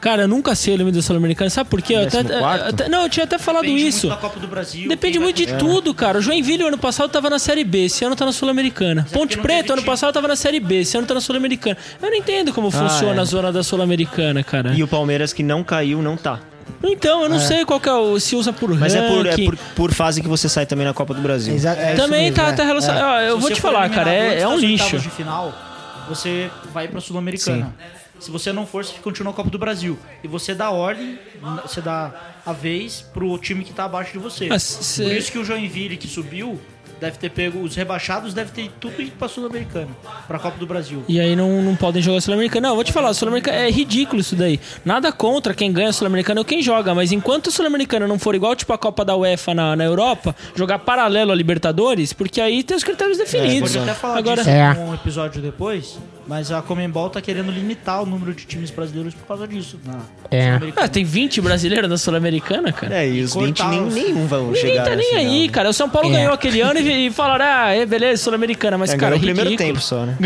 Cara, eu nunca sei o limite da Sul-Americana, sabe por quê? Eu até, Décimo quarto? até- não, eu tinha até falado Depende isso. muito da É. Copa do Brasil. Depende quem vai muito de conseguir. tudo, cara. O Joinville, ano passado, tava na Série B. Esse ano tá na Sul-Americana. é porque Ponte não teve Preta, ano time. passado, tava na Série B. Esse ano tá na Sul-Americana. Eu não entendo como funciona é. a zona da Sul-Americana, cara. E o Palmeiras que não caiu, não tá. Então, eu não sei qual que é o... Se usa por Mas é, por, é ranking. por, por fase que você sai também na Copa do Brasil. Exa- é isso Também mesmo, tá, é. tá relacionado... Ó, Eu Se vou você te for falar, cara. É, eliminado antes tá é um das lixo. oitavas de final, você vai pra Sul-Americana. Se você não for, você continua na Copa do Brasil. E você dá ordem, você dá a vez pro time que tá abaixo de você. Mas se- Por isso que o Joinville, que subiu, deve ter pego... Os rebaixados devem ter tudo ido pra Sul-Americana. Pra Copa do Brasil. E aí não, não podem jogar Sul-Americana. Não, eu vou te falar, Sul-Americana é ridículo isso daí. Nada contra quem ganha Sul-Americana ou quem joga, mas enquanto o Sul-Americana não for igual tipo a Copa da UEFA na, na Europa, jogar paralelo a Libertadores, porque aí tem os critérios definidos. É, Pode até falar Agora, disso É. em um episódio depois, mas a Comembol tá querendo limitar o número de times brasileiros por causa disso. Na É. Ah, Sul-Americana. tem 20 brasileiros na Sul-Americana, cara. É, assim, e os 20 nem, cortar os- nenhum vão Ninguém chegar. né? tá nem aí, cara. O São Paulo É. ganhou aquele ano e, e falaram, ah, é beleza, Sul-Americana, mas, Mas, cara, cara, é o primeiro ridículo. tempo só, né?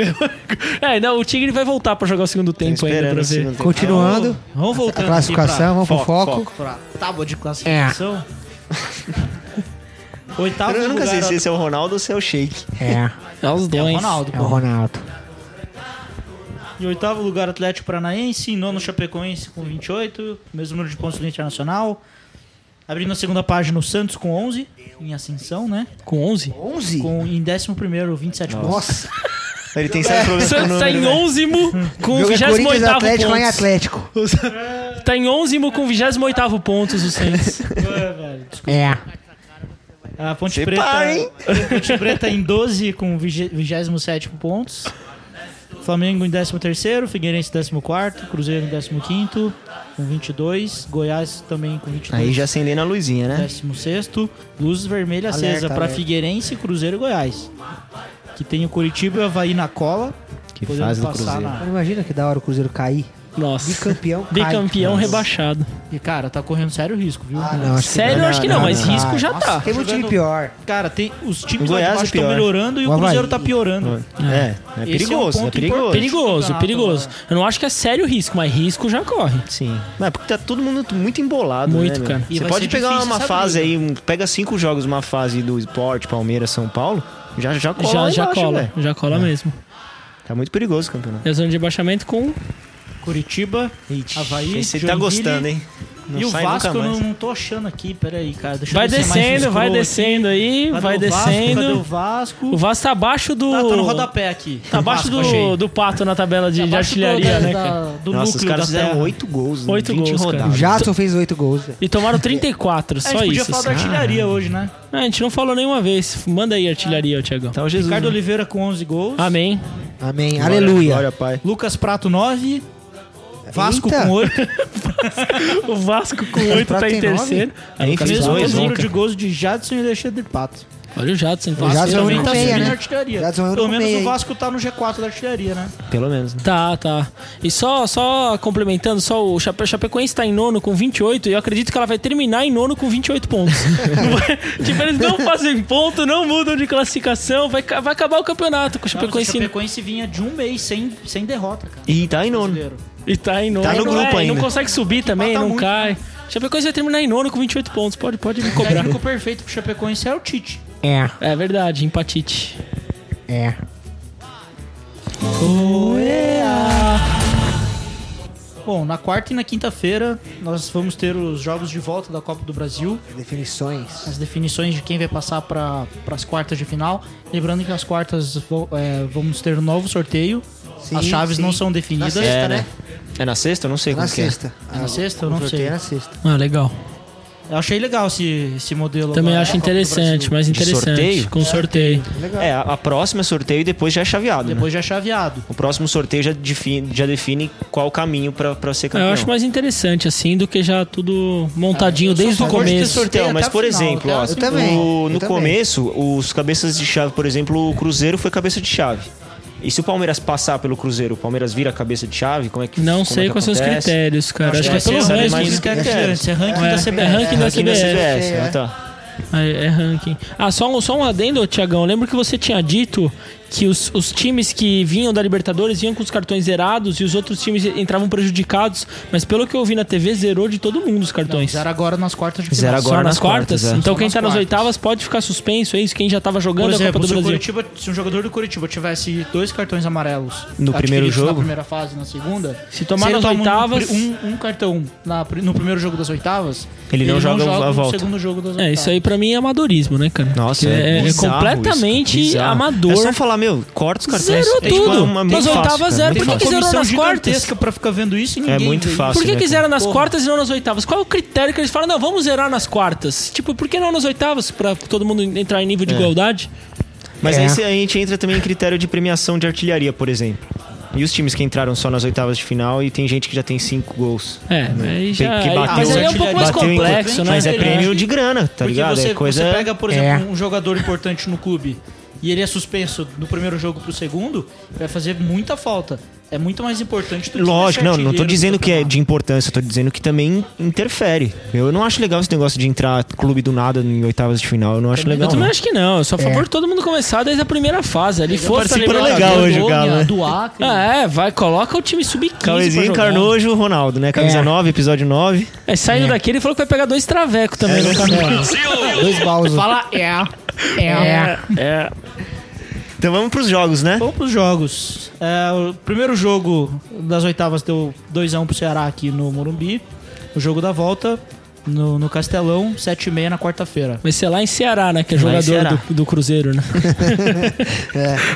É, não, o Tigre vai voltar pra jogar o segundo Tô tempo ainda esperando pra o ver. É. segundo tempo. Continuando, Vamos voltar a classificação, vamos pro foco, foco. pra tábua de classificação. Oitavo Eu nunca Tá lugar, sei se esse é o Ronaldo ou se é o Sheik. É, É os é o dois. Ronaldo. é o Ronaldo. Em oitavo lugar, Atlético Paranaense. Em nono, Chapecoense com 28. Mesmo número de pontos do Internacional. Abrindo a segunda página, o Santos com 11. Em ascensão, né? Com 11? 11? Com, em décimo primeiro, 27 pontos. Nossa, Ele tem sério problemas com o Santos número, tá em né? 11 com jogo é Corinthians 28 pontos. Atlético lá em Atlético. Tá em 11 com 28 pontos o Santos. É, velho. É. A Ponte Separa, Preta. hein? a Ponte Preta em 12 com 27 pontos. Flamengo em 13o, Figueirense em 14 Cruzeiro em 15 com 22, Goiás também com 22. Aí já acendendo a luzinha, É, né? 16º, luz vermelha Alerta, acesa para alerta. Figueirense, Cruzeiro e Goiás. Que tem o Curitiba e o Havaí na cola, Que podendo fase do passar Cruzeiro. na. Imagina que da hora o Cruzeiro cair. Nossa. Bicampeão cai. Bicampeão rebaixado. E cara, tá correndo sério risco, viu? Ah, não, acho que Sério, eu acho que não, não, mas não, risco já Nossa, tá. Tem um time Jogando- pior. Cara, tem os times O lá Goiás de é baixo estão pior. melhorando e o, O Havaí. Cruzeiro tá piorando. É, é Esse é um perigoso, é, ponto perigoso. importante. tá Perigoso, Campeonato, perigoso. né? Eu não acho que é sério risco, mas risco já corre. Sim. Mas porque tá todo mundo muito embolado, Muito, né, meu? cara. E Você vai pode ser pegar difícil uma essa fase briga. aí, um- pega cinco jogos, uma fase do esporte, Palmeiras, São Paulo, já, já cola Já, lá já embaixo, cola, velho. já É. cola mesmo. Tá muito perigoso o campeonato. É zona de rebaixamento com Curitiba, Havaí, Esse tá Joinville, gostando, hein? Não e o sai Vasco nunca eu não, mais. não tô achando aqui, peraí, cara. Deixa eu Vai ver se é mais descendo, vai scroll descendo aí, Cadê vai o Vasco? Cadê o descendo. Vasco? O Vasco tá abaixo do. Tá, tá no rodapé aqui. Tá abaixo Vasco, achei. Tá do, do pato na tabela de, de Abaixo artilharia, do, né, da- cara? do Nossa, núcleo os caras da terra. fizeram oito gols. em Oito 20 gols, cara. rodadas. O Jadson fez oito gols. velho. E tomaram 34, É, a gente só podia isso. falar assim. da artilharia hoje, né? Ah, a gente não falou nenhuma vez. Manda aí artilharia, Tiagão. Tá o Jesus. Ricardo né? Oliveira com 11 gols. Amém. Amém. Glória- Aleluia. Glória, Pai. Lucas Prato, 9. Vasco Eita. com 8. O Vasco com 8 tá em Prato tem nove? terceiro. Aí Lucas fez Mesmo Prato dois, é bom, número cara. de gols de Jadson e Alexandre Pato. Então, Olha o Jadson. O Jadson é o também único tá meia, subindo. né? a artilharia. Jadson é o Pelo único menos meia, o hein? Vasco tá no G4 da artilharia, né? Pelo menos. né? Tá, tá. E só, só complementando, só o Chape- Chapecoense tá em nono com 28 e eu acredito que ela vai terminar em nono com 28 pontos. Não vai- tipo, eles não fazem ponto, não mudam de classificação, vai, ca- vai acabar o campeonato com o Não, mas o Chapecoense Chapecoense vinha de um mês sem, sem derrota, cara. E tá em nono. Brasileiro. e tá em nono. Tá no É, grupo e ainda. Não consegue subir também, Empata não muito, cai. Chapecoense vai terminar em nono com 28 pontos, pode, pode me O cobrar. técnico perfeito pro Chapecoense é o Tite. É, É verdade, empatite. é. Bom, na quarta e na quinta-feira nós vamos ter os jogos de volta da Copa do Brasil, Definições. as definições de quem vai passar para as quartas de final. Lembrando que as quartas vo- é, vamos ter um novo sorteio. Sim, as chaves sim. não são definidas. Na sexta, É, né? né? É na sexta? Eu não sei Na como que é. sexta. É na Ah, sexta? o Então Eu não sorteio sei. é na sexta. Ah, legal. Eu achei legal esse, esse modelo. Também agora, né? acho da Copa do interessante, Brasil. mais De interessante. sorteio? Com sorteio. Legal. É, a, a próxima é sorteio e depois já é chaveado. né? Depois já é chaveado. O próximo sorteio já define, já define qual o caminho pra, pra ser campeão. Ah, Eu acho mais interessante, assim, do que já tudo montadinho eu sou desde a o tá? favor de ter Hoje tem começo. sorteio, Até Tá Então, mas a por final, exemplo, até ó, a o- final. também, eu no também. começo, os cabeças de chave, por exemplo, o Cruzeiro foi cabeça de chave. E se o Palmeiras passar pelo Cruzeiro, o Palmeiras vira cabeça de chave? Como é que Não como sei é que quais são os acontece? critérios, cara. Acho, que que é vai ser pelo essa mais- ranking. né? Esse é ranking da É, é CBF. ranking da Aqui na CBF. CBS, É. ah, tá. É, é ranking. Ah, só um, só um adendo, Tiagão. Lembro que você tinha dito que os, os times que vinham da Libertadores vinham com os cartões zerados e os outros times entravam prejudicados. Mas pelo que eu vi na TV, zerou de todo mundo os cartões. Zero agora nas quartas de final. Zero Só agora nas nas quartas, quartas? é. Então Só quem nas tá nas quartas. oitavas pode ficar suspenso, é isso? Quem já tava jogando Por a Copa exemplo, do se, o Brasil. Curitiba, se um jogador do Curitiba tivesse dois cartões amarelos No adquiridos primeiro jogo? na primeira fase, e na segunda, Se tomar se ele nas toma um- oitavas- um, um cartão na pri- no primeiro jogo das oitavas, Ele não joga a no volta. segundo jogo das oitavas. É, isso aí pra mim é amadorismo, né, cara? Nossa, Porque é, é, é bizarro completamente isso, cara. Bizarro. amador. É só falar, meu, corta os cartões. Zerou É, tipo, tudo. é uma- Nas muito fácil, oitavas, cara, zero, muito por que que fácil. zerou nas quartas? gigantesca pra ficar vendo isso e ninguém muito vê isso. fácil. Por né, que, que cara? zeraram nas Porra. quartas e não nas oitavas? Qual é o critério que eles falam? Não, vamos zerar nas quartas. Tipo, por que não nas oitavas? Pra todo mundo entrar em nível de É. igualdade? Mas É. aí a gente entra também em critério de premiação de artilharia, por exemplo. E os times que entraram só nas oitavas de final e tem gente que já tem cinco gols. É, aí já. que bateu- ah, mas aí é um pouco mais bateu em- complexo, né? Mas é prêmio de grana, tá Porque ligado? você, é coisa... você pega, por É. exemplo, um jogador importante no clube e ele é suspenso do primeiro jogo pro segundo, vai fazer muita falta. É muito mais importante do que Lógico, ser não, não tô artilheiro do dizendo que é campeonato. de importância, eu tô dizendo que também interfere. Eu não acho legal esse negócio de entrar clube do nada em oitavas de final, eu não acho Eu legal. né? É. também não. acho que não. é Eu sou a favor de todo mundo começar desde a primeira fase. Ali força participando Libertadores. legal hoje, o Galo, né? Do Acre. Ah, é, vai, coloca o time sub-15. Cauezinho, Carnojo, Ronaldo, né? Camisa É. 9, episódio 9. É, saindo daqui, ele falou que vai pegar dois travecos também É, né? no caminho. Dois baús. Fala é. É. É. Então vamos pros jogos, né? Vamos pros jogos. É, o primeiro jogo das oitavas deu 2x1 pro Ceará aqui no Morumbi. O jogo da volta no, no Castelão, 7h30 na quarta-feira. Vai ser lá em Ceará, né? Que é Lá em Ceará. É. jogador do, do Cruzeiro, né?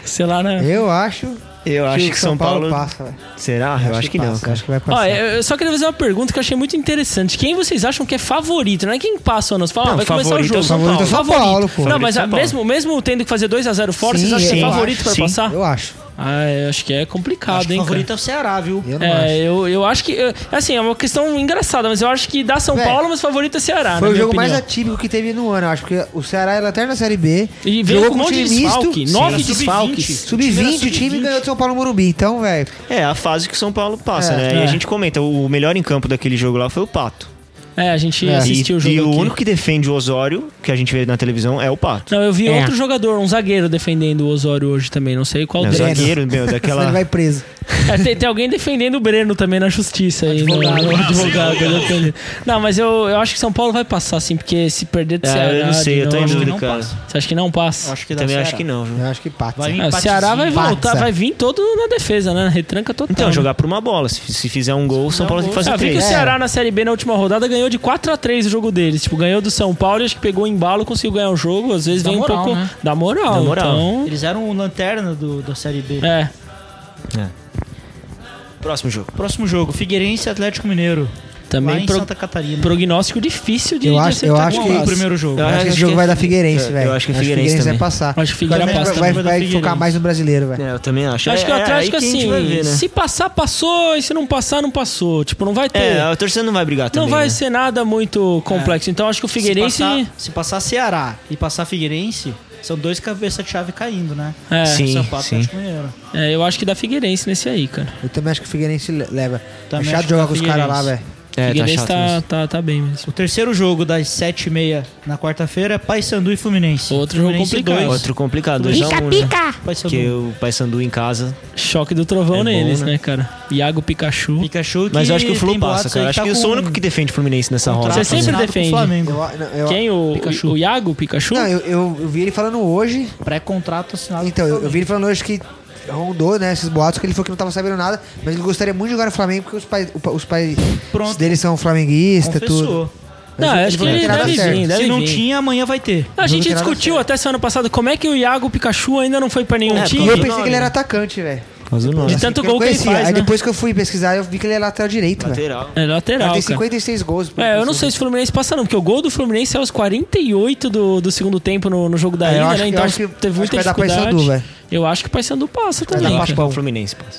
Sei lá, né? Eu acho. Eu acho que, o São Paulo. passa, velho. Será? Eu acho, que não, passa, cara. Acho que vai Ó, passar. eu eu só queria fazer uma pergunta que eu achei muito interessante. Quem vocês acham que é favorito? Não é quem passa ou não. Você fala, ah, Não, vai começar o favorito é o jogo. São Favorito é o São Paulo, pô. Não, Favorito é o mas São Paulo. mesmo, mesmo tendo que fazer 2x0 fora, Sim, vocês acham que é eu favorito acho, pra sim. passar? Eu acho. Ah, eu acho que é complicado, Acho que hein? o cara? favorito é o Ceará, viu? Eu não acho. É, eu, eu acho que. eu- Assim, é uma questão engraçada, mas eu acho que dá São Véi, Paulo, mas favorito é Ceará. Foi na o minha jogo mais opinião. atípico que teve no ano, eu acho, porque o Ceará era até na Série B. E veio jogou com um com monte time de desfalque. misto. Nove Sim, era desfalques. sub-vinte. Sub-20, o time Sub-20. ganhou do São Paulo no Morumbi. Então, velho. É, a fase que o São Paulo passa, É. né? E É. a gente comenta, o melhor em campo daquele jogo lá foi o Pato. É, a gente É. assistiu o e jogo. e o aqui. único que defende o Osório, que a gente vê na televisão, é o Pato. Não, eu vi É. outro jogador, um zagueiro, defendendo o Osório hoje também. Não sei qual É o deles. zagueiro, meu, Ele daquela. vai preso. É, tem, tem alguém defendendo o Breno também na justiça aí, no- no advogado. ele defende. Não, mas eu, eu acho que São Paulo vai passar, sim, porque se perder do Ceará. Ah, eu não sei, eu tô de em novo- que dúvida, não cara. passa. Você acha que não passa? Acho que dá Também acho Ceará. que não, viu? Eu acho que empata. Vai vir. É, o Ceará vai Empatezinho. voltar, vai vir todo na defesa, né? Na retranca total. Então, né? jogar por uma bola. Se, se fizer um gol, o São Paulo tem que Ah, fazer vi que o três. É. Ceará na Série B na última rodada ganhou de 4 a 3 o jogo deles. Tipo, ganhou do São Paulo, acho que pegou o embalo, conseguiu ganhar o jogo. Às vezes Dá vem um moral, pouco né? da moral. Dá moral. Então, Eles eram o lanterna do, da Série B. é. Próximo jogo. É. Próximo jogo, Figueirense e Atlético Mineiro. lá Também em pro- Santa Catarina. prognóstico difícil de, Eu de acho- eu acertar acho com que- O base. primeiro jogo. Eu Eu acho que acho esse jogo que vai é dar Fi- Figueirense, eu velho. acho que é Figueirense vai também. passar. Acho que o Figueira Vai, passa vai, também do vai focar Figueirense. mais no brasileiro, velho. É, eu também acho. Acho que o É, é Atlético, aí que a gente assim, vai ver, né? se passar, passou, e se não passar, não passou. Tipo, não vai ter. É, a torcida não vai brigar não também. vai né? É. ser nada muito complexo. Então acho que o Figueirense. Se passar, se passar Ceará e passar Figueirense, são dois cabeça de chave caindo, né? É, Sim, São Paulo e sim. Atlético Mineiro. é, eu acho que dá Figueirense nesse aí, cara. Eu também acho que o Figueirense le- leva. Também é acho chato que jogar dá com os caras lá, velho. Figueirense. É, tá Figueirense chato tá, mesmo. tá, tá bem mesmo. O terceiro jogo das 7h30 na quarta-feira é Paysandu e Fluminense. Outro jogo Fluminense complicado. dois, Outro complicado. 2x1, um, né? Paysandu. Porque o Paysandu em casa... Choque do trovão É bom, neles, né? né, cara? Iago Pikachu. Pikachu que Mas eu acho que o Flu tem passa, boatos aí cara. que Acho tá que eu com um sou o único que defende o Fluminense nessa contrato roda. Você sempre assinado com o defende. Flamengo. Eu, a- não, eu, Quem? O, Pikachu. o Iago Pikachu? Não, eu, eu, eu vi ele falando hoje. Pré-contrato assinado Então, com o eu, eu vi ele falando hoje que rondou, né, esses boatos, que ele falou que não tava sabendo nada, mas ele gostaria muito de jogar no Flamengo, porque os pais, o pa- os pais Pronto. dele são flamenguistas, tudo. Confessou. Não, Ele acho que falou ele não tem nada deve certo. vir, deve Se não vir. tinha, amanhã vai ter. A Não gente tem nada discutiu até semana passada como é que o Iago Pikachu ainda não foi pra nenhum É, E time. eu Sim. pensei que ele era atacante, velho. Mas o De nome. tanto Eu não gol que ele conhecia. faz, Aí né? depois que eu fui pesquisar, eu vi que ele é lateral direito, velho. Lateral. É Ele lateral, tem cara. 56 gols. É, eu não sei se o Fluminense passa não, porque o gol do Fluminense é aos 48 do, do segundo tempo no, no jogo da É, eu ilha, acho né? que- Então eu acho que- teve acho muita que vai dar dificuldade. Paysandu, velho. eu acho que o Paysandu passa Vai também. dar cara. Acho que Pachão. é o Fluminense passa.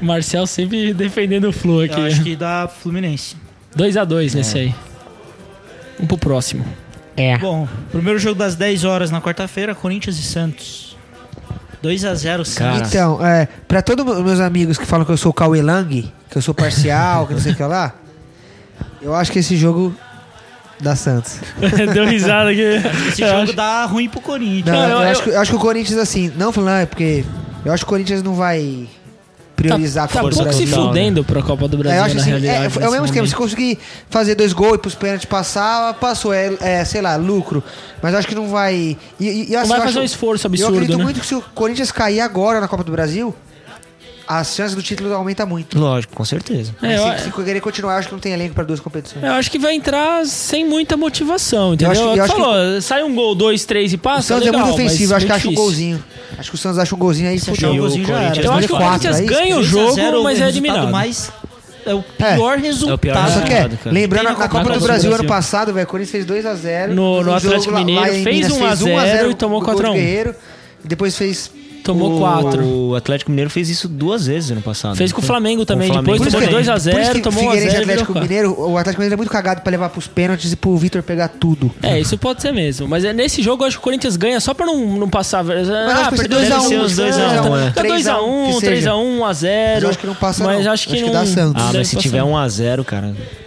Marcel sempre defendendo o Flu aqui. Eu acho que dá Fluminense. 2x2 nesse aí. Vamos pro próximo. É. Bom, primeiro jogo das 10 horas na quarta-feira, Corinthians e Santos. 2x0 Cara. Santos. Então, é, pra todos os meus amigos que falam que eu sou Cauê Lang, que eu sou parcial, que não sei o que lá, eu acho que esse jogo dá Santos. Deu risada aqui. Esse Eu jogo acho- dá ruim pro Não, Corinthians. Não, eu, eu- acho que, eu acho que o Corinthians, assim, não falando, é porque eu acho que o Corinthians não vai priorizar Tá a Copa do pouco se Brasil. Não, né? fudendo pra Copa do É, Brasil, eu acho na assim, é, realidade. é, nesse o mesmo esquema. momento. Se conseguir fazer dois gols e pros pênaltis passar, passou. É, é, sei lá, lucro. Mas eu acho que não vai. E, e- e, assim, Não vai eu fazer um acho- esforço Eu acredito absurdo, né? muito que se o Corinthians cair agora na Copa do Brasil, as chances do título aumenta muito. Lógico, com certeza. É, Mas eu, É, se, se querer continuar, eu acho Assim que não tem elenco pra duas competições. eu acho que vai entrar sem muita motivação, entendeu? acho que- eu Tu acho que- falou, sai um gol, dois, três e o passa, Santos legal, é muito mas ofensivo, eu acho que muito acha um difícil. é golzinho. Acho que o Santos acha um golzinho aí, achar fudeu. um E o golzinho já era. Corinthians Eu vai acho que o Quatro, Corinthians é isso? ganha o 2 a jogo, 0 mas é resultado eliminado. Mais, é o pior resultado. É o pior Só resultado. que é, Errado, cara. lembrando, Tem na, na Copa, do, Brasil, ano passado, velho, o Corinthians fez 2x0. No- no Atlético Mineiro, em fez Minas, 1 a 0 e tomou gol do 4 a 1. Guerreiro, e depois fez Tomou o, quatro. O Atlético Mineiro fez isso duas vezes ano passado. Fez com o Flamengo também, Com o depois Flamengo tomou também. 2 a Por isso 0 que tomou 1 a Figueirense 0 e Atlético Mineiro, o Atlético Mineiro é muito cagado pra levar pros pênaltis e pro Vitor pegar tudo. É, isso pode ser mesmo. Mas é, nesse jogo eu acho que o Corinthians ganha só pra não, não passar. acho Ah, que vai ser perdeu Tá, 2 a 1, 2x1. né? 2 a 1, é. 2x1, Que seja. 3x1, Mas 1x0. eu acho que não passa, Mas não. acho que Acho que não. dá Santos. Ah, deve mas se passar. tiver 1x0, cara. acho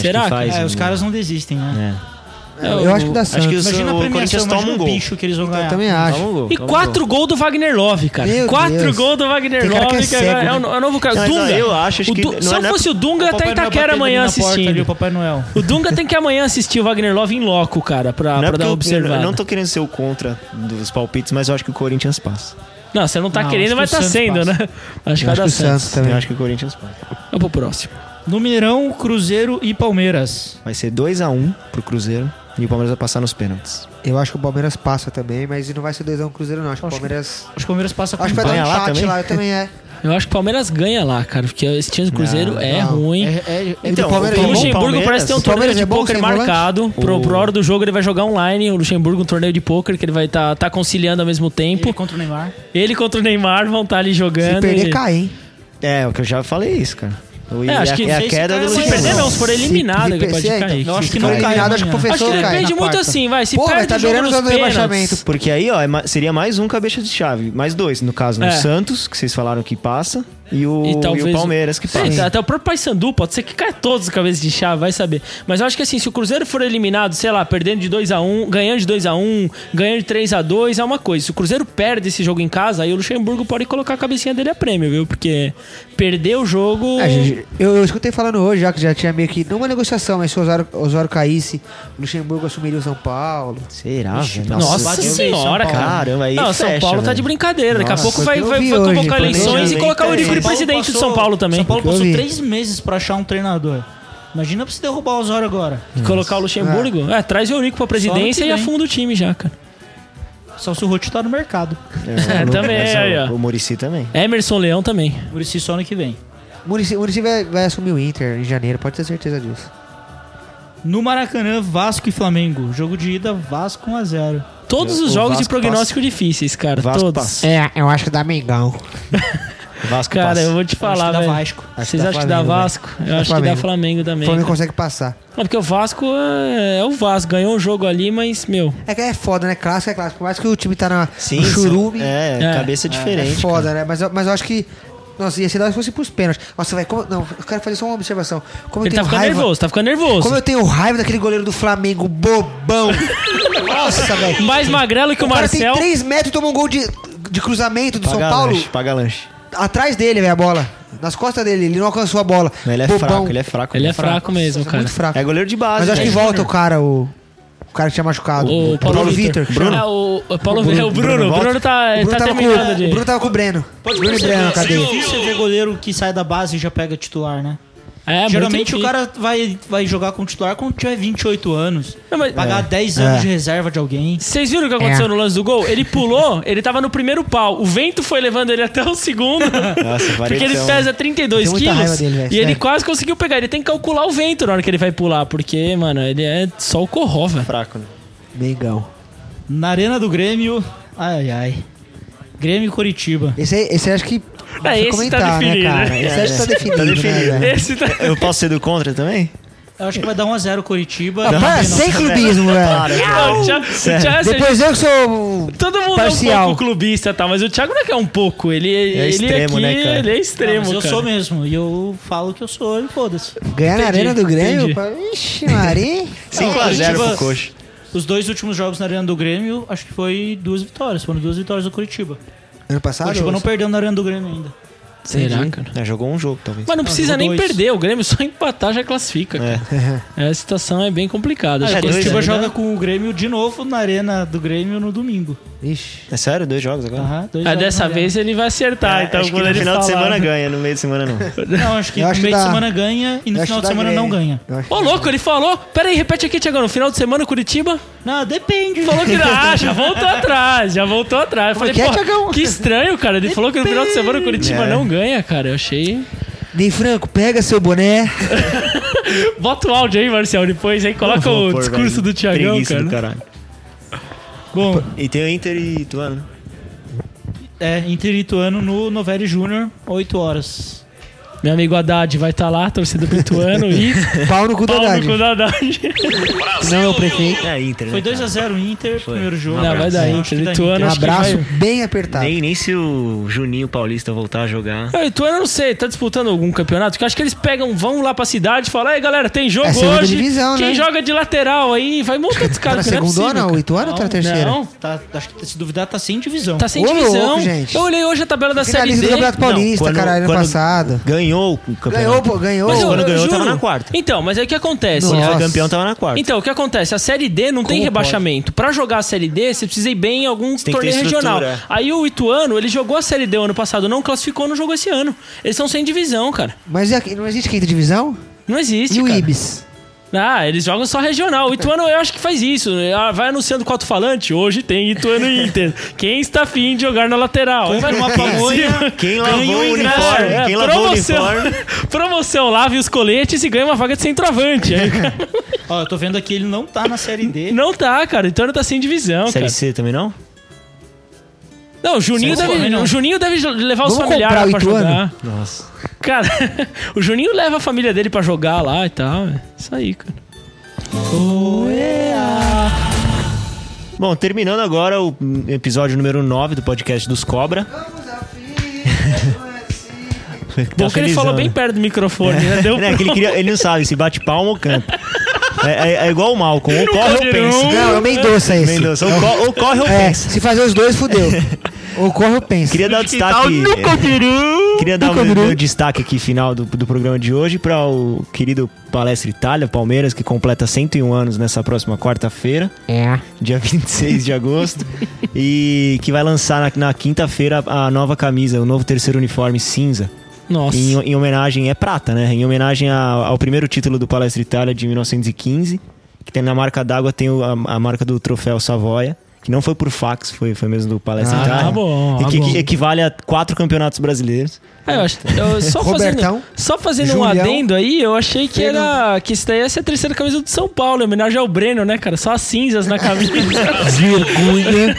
Será que- Que faz, É, né? os caras não desistem, né? É. É, eu o- acho que dá Santos. Acho que os- Imagina o a premiação, Corinthians toma imagina um o gol. bicho que eles vão Eu ganhar. também acho. Toma um gol. toma E um gol. 4 gols do Wagner Love, cara. Meu 4 Deus. gols do Wagner Tem cara que Love, é cego, agora é, o, é o novo cara. Não, mas Dunga. eu acho, acho O que Du- não Se é eu na- fosse o Dunga, eu O até Papai Noel Itaquera batendo amanhã na porta ali, o assistindo. Papai Noel. O Dunga tem que amanhã assistir o Wagner Love em loco, cara, pra, Não é pra dar uma porque eu, eu observada. não tô querendo ser o contra dos palpites, mas eu acho que o Corinthians passa. Não, você não tá Não, querendo, vai acho que o tá Santos sendo, passa. né? Acho que Eu vai acho que dar o Santos. Santos Eu também. acho que o Corinthians passa. Vamos pro próximo. No Mineirão, Cruzeiro e Palmeiras. Vai ser 2x1 pro Cruzeiro e o Palmeiras vai passar nos pênaltis. Eu acho que o Palmeiras passa também, mas não vai ser 2x1 Cruzeiro, não. Acho que o Acho que- Palmeiras. Acho que o Palmeiras passa com Acho que vai dar Ganha um lá empate também? lá, eu também é. Eu acho que o Palmeiras ganha lá, cara, porque esse time do Cruzeiro Não, é não. ruim. E do Então, Palmeiras O é bom? Palmeiras- Luxemburgo parece ter um o Palmeiras torneio de é bom pôquer sem volante? marcado. Pro, O- pro hora do jogo ele vai jogar online. O Luxemburgo, um torneio de pôquer que ele vai estar tá, tá conciliando ao mesmo tempo. Ele contra o Neymar. Ele contra o Neymar vão estar ali jogando. Se perder, e- cai, hein? É, o que eu já falei isso, cara. O- É, acho a- que é não a sei se queda cai do amanhã. Se perder, não, Luxemburgo. se for eliminado, Se- que pode se- é, cair. então, Eu acho que Se for não cai eliminado, acho que o Acho amanhã. professor que cai. depende na muito quarta. assim, vai. Se Pô, perde mas tá o jogo beirando nos a zona do pênaltis. rebaixamento. Porque aí, ó, é ma- seria mais um cabeça de chave. Mais dois, no caso do É. Santos, que vocês falaram que passa. e o, e o Palmeiras que Sim, Tá- passa. É, então, até o próprio Paysandu pode ser que caia todos os cabeças de chave, vai saber. Mas eu acho que assim, se o Cruzeiro for eliminado, sei lá, perdendo de 2 a 1 ganhando de 2 a 1 ganhando de 3 a 2 é uma coisa. Se o Cruzeiro perde esse jogo em casa, aí o Luxemburgo pode colocar a cabecinha dele a prêmio, viu? Porque perder o jogo. É, gente, eu, eu escutei falando hoje, já que já tinha meio que. Não uma negociação, mas se o Osório, Osório caísse, o Luxemburgo assumiria o São Paulo. Será, velho? Nossa, senhora, São Paulo. cara. Caramba, aí não, São fecha, né? Paulo tá velho. de brincadeira. Daqui a Nossa, pouco foi o vai, que eu vai, vi vai hoje, convocar planejamento. eleições e colocar o Eurico São Paulo presidente do passou- São Paulo também. São Paulo Porque eu passou vi. três meses pra achar um treinador. Imagina pra se derrubar o Osório agora. E Colocar o Luxemburgo. Ah. É, traz o Eurico pra presidência que e vem. afunda o time já, cara. Só se o Ruth tá no mercado. É, o- Também, essa- aí, ó. O Murici também. Emerson Leão também. Por isso só ano que vem. O Murici, Murici vai, vai assumir o Inter em janeiro, pode ter certeza disso. No Maracanã, Vasco e Flamengo. Jogo de ida, Vasco 1x0. Todos os O jogos de Vasco prognóstico difíceis, cara. Vasco todos. passa. É, eu acho que dá Mengão. Vasco Cara, passa. eu vou te falar, da velho. Vasco. Acho Vocês que dá acham que dá Flamengo, velho. Vasco? Eu dá acho que dá Flamengo. Flamengo O também. Flamengo cara. consegue passar. Não, porque o Vasco é, é o Vasco. Ganhou um jogo ali, mas, meu. É que é foda, né? Clássico é clássico. Por mais que o time tá na Sim, no sim. churume. É, É. cabeça diferente. É foda, né? Mas, eu- mas eu acho que. Nossa, ia ser da hora se fosse pros pênaltis. Nossa, velho, como. Não, eu quero fazer só uma observação. Como eu Ele tá tenho ficando raiva. nervoso, tá ficando nervoso. Como eu tenho raiva daquele goleiro do Flamengo, bobão. Nossa, velho. Mais magrelo que o, O cara tem Marcel. 3 metros e tomou um gol de, de cruzamento do Paga São Paulo. lanche, paga lanche. Atrás dele, velho, a bola. Nas costas dele, ele não alcançou a bola. Mas Ele é Bobão. fraco, ele é fraco. Ele é fraco mesmo, Nossa, cara. Muito fraco. É goleiro de base. Mas eu acho que velho. volta o cara, o. O cara que tinha machucado. O Paulo, Vitor. Bruno. É, o, o Paulo O Bruno- é o Bruno. Bruno O Bruno volta. tá, O Bruno, tá tava com, terminando de. o Bruno tava com o Breno. Bruno e Breno, cadê? Difícil ver goleiro que sai da base e já pega titular, né? É, muito Geralmente o difícil. cara vai, vai jogar com titular quando tiver 28 anos. Não, mas- Pagar 10 anos de reserva de alguém. Vocês viram o que aconteceu É. no lance do gol? Ele pulou, ele tava no primeiro pau. O vento foi levando ele até o segundo. Nossa, Porque ele variação. pesa 32 Tem muita quilos raiva dele, velho, e ele É. sério. quase conseguiu pegar. Ele tem que calcular o vento na hora que ele vai pular, porque, mano, ele é só o corró, velho. fraco, né? Mengão. Na arena do Grêmio. Ai, ai. Grêmio e Curitiba. Esse aí, esse aí acho que. Ah, tem que esse tá definido, né? Esse acho que tá definido. né, velho? Esse tá... Eu posso ser do contra também? Eu acho que vai dar 1x0 Curitiba. Ah, para, sem clubismo, né? velho. Não, o Thiago- o É. Thiago- assim, Depois eu que sou. Todo mundo é um Parcial. pouco clubista, tá? Mas o Thiago não é que é um pouco. Ele, ele extremo, aqui, né, cara? Ele é Não, extremo, mas eu cara. sou mesmo. E eu falo que eu sou e foda-se. Ganhar na Entendi, Arena do Grêmio? entendi. pá, Ixi, Maria. 5x0 Curitiba- Tipo, pro Coxa. Os dois últimos jogos na Arena do Grêmio, acho que foi duas vitórias. Foram duas vitórias do Curitiba. Ano O passado? Curitiba não perdeu na Arena do Grêmio ainda. Será, cara? É, jogou um jogo, talvez. Mas não precisa jogou nem dois. perder. O Grêmio só empatar já classifica, cara. É, A situação é bem complicada. Ah, Acho o que dois, Curitiba né? joga com o Grêmio de novo na Arena do Grêmio no domingo. Ixi. É sério? Dois jogos agora? Aham, dois é. Ah, jogos na dessa Arena. vez ele vai acertar. então, É, acho que quando no ele final de falar- semana ganha, no meio de semana não. Não, acho que Eu no acho meio de da- semana ganha e no Eu acho final de da semana Grêmio. não ganha. Eu acho- Ô, louco, ele falou. Pera aí, repete aqui, Tiagão. No final de semana, Curitiba. Não, depende. Ah, Falou que não. Ah, já voltou atrás. Já voltou atrás. Eu falei, que é, pô, Tiagão? que estranho, cara. Ele falou que no final de semana, Curitiba É. não ganha, cara. Eu achei. Ney Franco, pega seu boné. Bota o áudio aí, Marcel, depois aí. Coloca o Vou pôr, discurso velho. do Tiagão, Preguiça do cara. caralho. Bom, E tem o Inter e Ituano. né? é Inter e Ituano no Novelli Júnior, 8 horas. Meu amigo Haddad vai estar lá, torcida pro Ituano. E Pau no cu da pau no Haddad. cu da Haddad. Não é o prefeito. É Inter, né, Foi cara? 2x0 Inter, primeiro jogo. Não, vai dar Acho Inter. que dá Ituano, Um acho que abraço vai- bem apertado. Nem, nem se o Juninho Paulista voltar a jogar. É, o Ituano, eu não sei, tá disputando algum campeonato? Que eu acho que eles pegam, vão lá pra cidade e falam: aí galera, tem jogo É a segunda hoje. divisão, Quem né?" joga de lateral aí vai montar dos Tá na caras. que não segunda é ou possível, não? cara. O Ituano ou tá na terceira? Não, Tá, acho que se duvidar tá sem divisão. tá sem Ô, divisão. louco, gente. eu olhei hoje a tabela da Série Finalista D. do Campeonato Paulista, quando- caralho, ano quando- passado. Ganhou o campeonato. Ganhou, pô, ganhou. Mas eu- Quando eu ganhou, juro. tava na quarta. Então, mas aí o que acontece? Quando Nossa. era campeão, tava na quarta. Então, o que acontece? A Série D não tem Como rebaixamento. Pra jogar a Série D, você precisa ir bem em algum tem que ter torneio regional. estrutura. Aí o Ituano, ele jogou a Série D o ano passado, não classificou no jogo esse ano. Eles estão sem divisão, cara. Mas e aqui- não existe quinta divisão? Não existe, E o cara. Ibis? Ah, eles jogam só regional. O Ituano, eu acho que faz isso. Ah, Vai anunciando com o alto-falante. Hoje tem Ituano e Inter. Quem está afim de jogar na lateral? Aí vai uma pamonha. Quem Ganha lavou o ingresso. uniforme? É, Quem lavou o promoção. uniforme? Promoção, lave os coletes e ganha uma vaga de centroavante. Aí, cara, Ó, eu tô vendo aqui, ele não tá na Série D. não tá, cara. O Ituano tá sem divisão, Série cara. C também não? Não, o Juninho, Série C deve, também não. o Juninho deve jo- levar os Vamos familiares comprar o pra Ituano? jogar. Nossa. Cara, o Juninho leva a família dele pra jogar lá e tal. é Isso aí, cara. Bom, terminando agora o episódio número 9 do podcast dos Cobra. Bom que ele falou bem perto do microfone, né? Deu Tá Né, que ele, queria- ele não sabe se bate palma ou campo. É, é- é igual o Malcolm, ou corre ou de pensa. um. Não, é o Mendonça esse. Mendonça, ou, co- ou corre ou É, pensa. se fazer os dois, fudeu. Ou corre ou pensa. Queria dar o destaque. Queria dar o meu, meu destaque aqui final do, do programa de hoje para o querido Palestra Itália, Palmeiras, que completa 101 anos nessa próxima quarta-feira, É. dia 26 de agosto, e que vai lançar na, na quinta-feira a nova camisa, o novo terceiro uniforme cinza, Nossa. em, em homenagem, é prata, né? Em homenagem a- ao primeiro título do Palestra Itália de 1915, que tem na marca d'água tem o- a, a marca do troféu Savoia. Que não foi por fax, foi, foi mesmo do Palestra Ah, Itália. tá bom, E tá que, que bom. equivale a quatro campeonatos brasileiros. Ah, eu acho, eu- só fazendo, Robertão, só fazendo um Julião, adendo aí, eu achei que Fernando. era que isso daí ia ser a terceira camisa do São Paulo, em homenagem ao Breno, né, cara? Só as cinzas na camisa. Vergonha.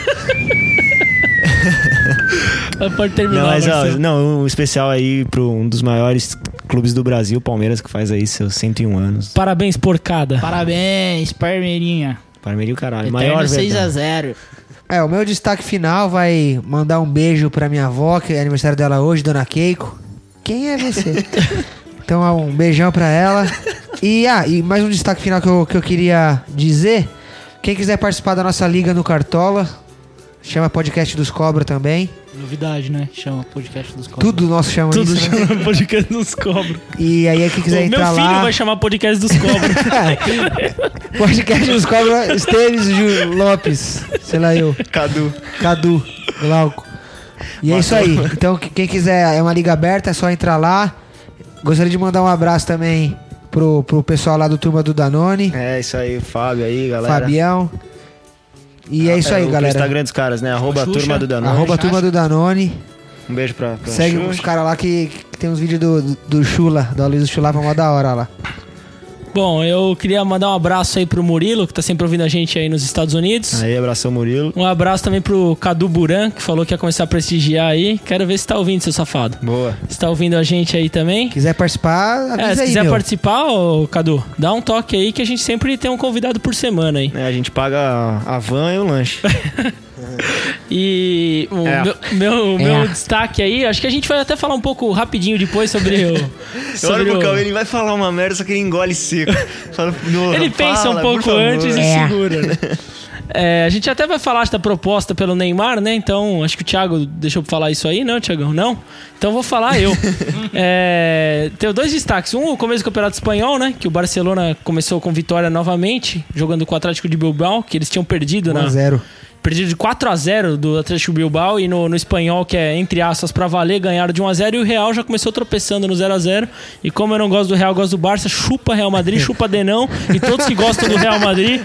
Pode terminar, Não, mas ó, Marcelo. não, um especial aí para um dos maiores clubes do Brasil, Palmeiras, que faz aí seus 101 anos. Parabéns, porcada. Parabéns, Parmeirinha. Palmeiras e o caralho. Maior Eterno 6 a verdade. 0 É, o meu destaque final vai mandar um beijo pra minha avó, que é aniversário dela hoje, Dona Keiko. Quem é você? então, ó, um beijão pra ela. E, ah, e mais um destaque final que eu, que eu queria dizer. Quem quiser participar da nossa liga no Cartola, chama Podcast dos Cobra também. Novidade, né? Chama podcast dos cobras. Tudo nosso chama Tudo isso, né? chama podcast dos cobras. E aí, quem O meu quiser filho entrar lá... vai chamar podcast dos cobras. Podcast dos Cobra, Esteves Ju- Lopes, sei lá eu, Cadu. Cadu, Glauco. E é isso aí. Então, que- quem quiser, é uma liga aberta, é só entrar lá. Gostaria de mandar um abraço também pro, pro pessoal lá do Turma do Danone, É, isso aí, Fábio aí, galera. Ah, Fabião. E é isso aí, o galera. Instagram dos caras, né? Arroba Xuxa. turma do Danone. Arroba Turma do Danone. Um beijo pra, pra Segue Xuxa. os caras lá que, que tem uns vídeos do, do, do Chula, do Aloysio Chula, pra mó da hora lá. Bom, eu queria mandar um abraço aí pro Murilo, que tá sempre ouvindo a gente aí nos Estados Unidos. Aí, abração Murilo. Um abraço também pro Cadu Buran, que falou que ia começar a prestigiar aí. Quero ver se tá ouvindo, seu safado. Boa. Se tá ouvindo a gente aí também. Quiser participar, É, avisa se aí, quiser meu. participar, ô, Cadu, dá um toque aí que a gente sempre tem um convidado por semana aí. É, a gente paga a van e o lanche. E o É. meu, meu, o meu É. destaque aí, acho que a gente vai até falar um pouco rapidinho depois sobre o. Eu sobre olho pro o- Cauê, ele vai falar uma merda, só que ele engole seco. Fala, "Não, Ele pensa um fala, por pouco favor." antes e É. segura, né? É, a gente até vai falar da proposta pelo Neymar, né? Então, acho que o Thiago deixou pra falar isso aí, não, Thiagão? Não? Então vou falar eu. é, tenho dois destaques. Um, o começo do Campeonato Espanhol, né? Que o Barcelona começou com vitória novamente, jogando com o Atlético de Bilbao, que eles tinham Um perdido, 1 a né? 0 Perdido de 4 a 0 do Atlético Bilbao e no, no espanhol, que é entre aspas pra valer, ganharam de 1 a 0 e o Real já começou tropeçando no 0 a 0 E como eu não gosto do Real, eu gosto do Barça, chupa Real Madrid, chupa Denão e todos que gostam do Real Madrid,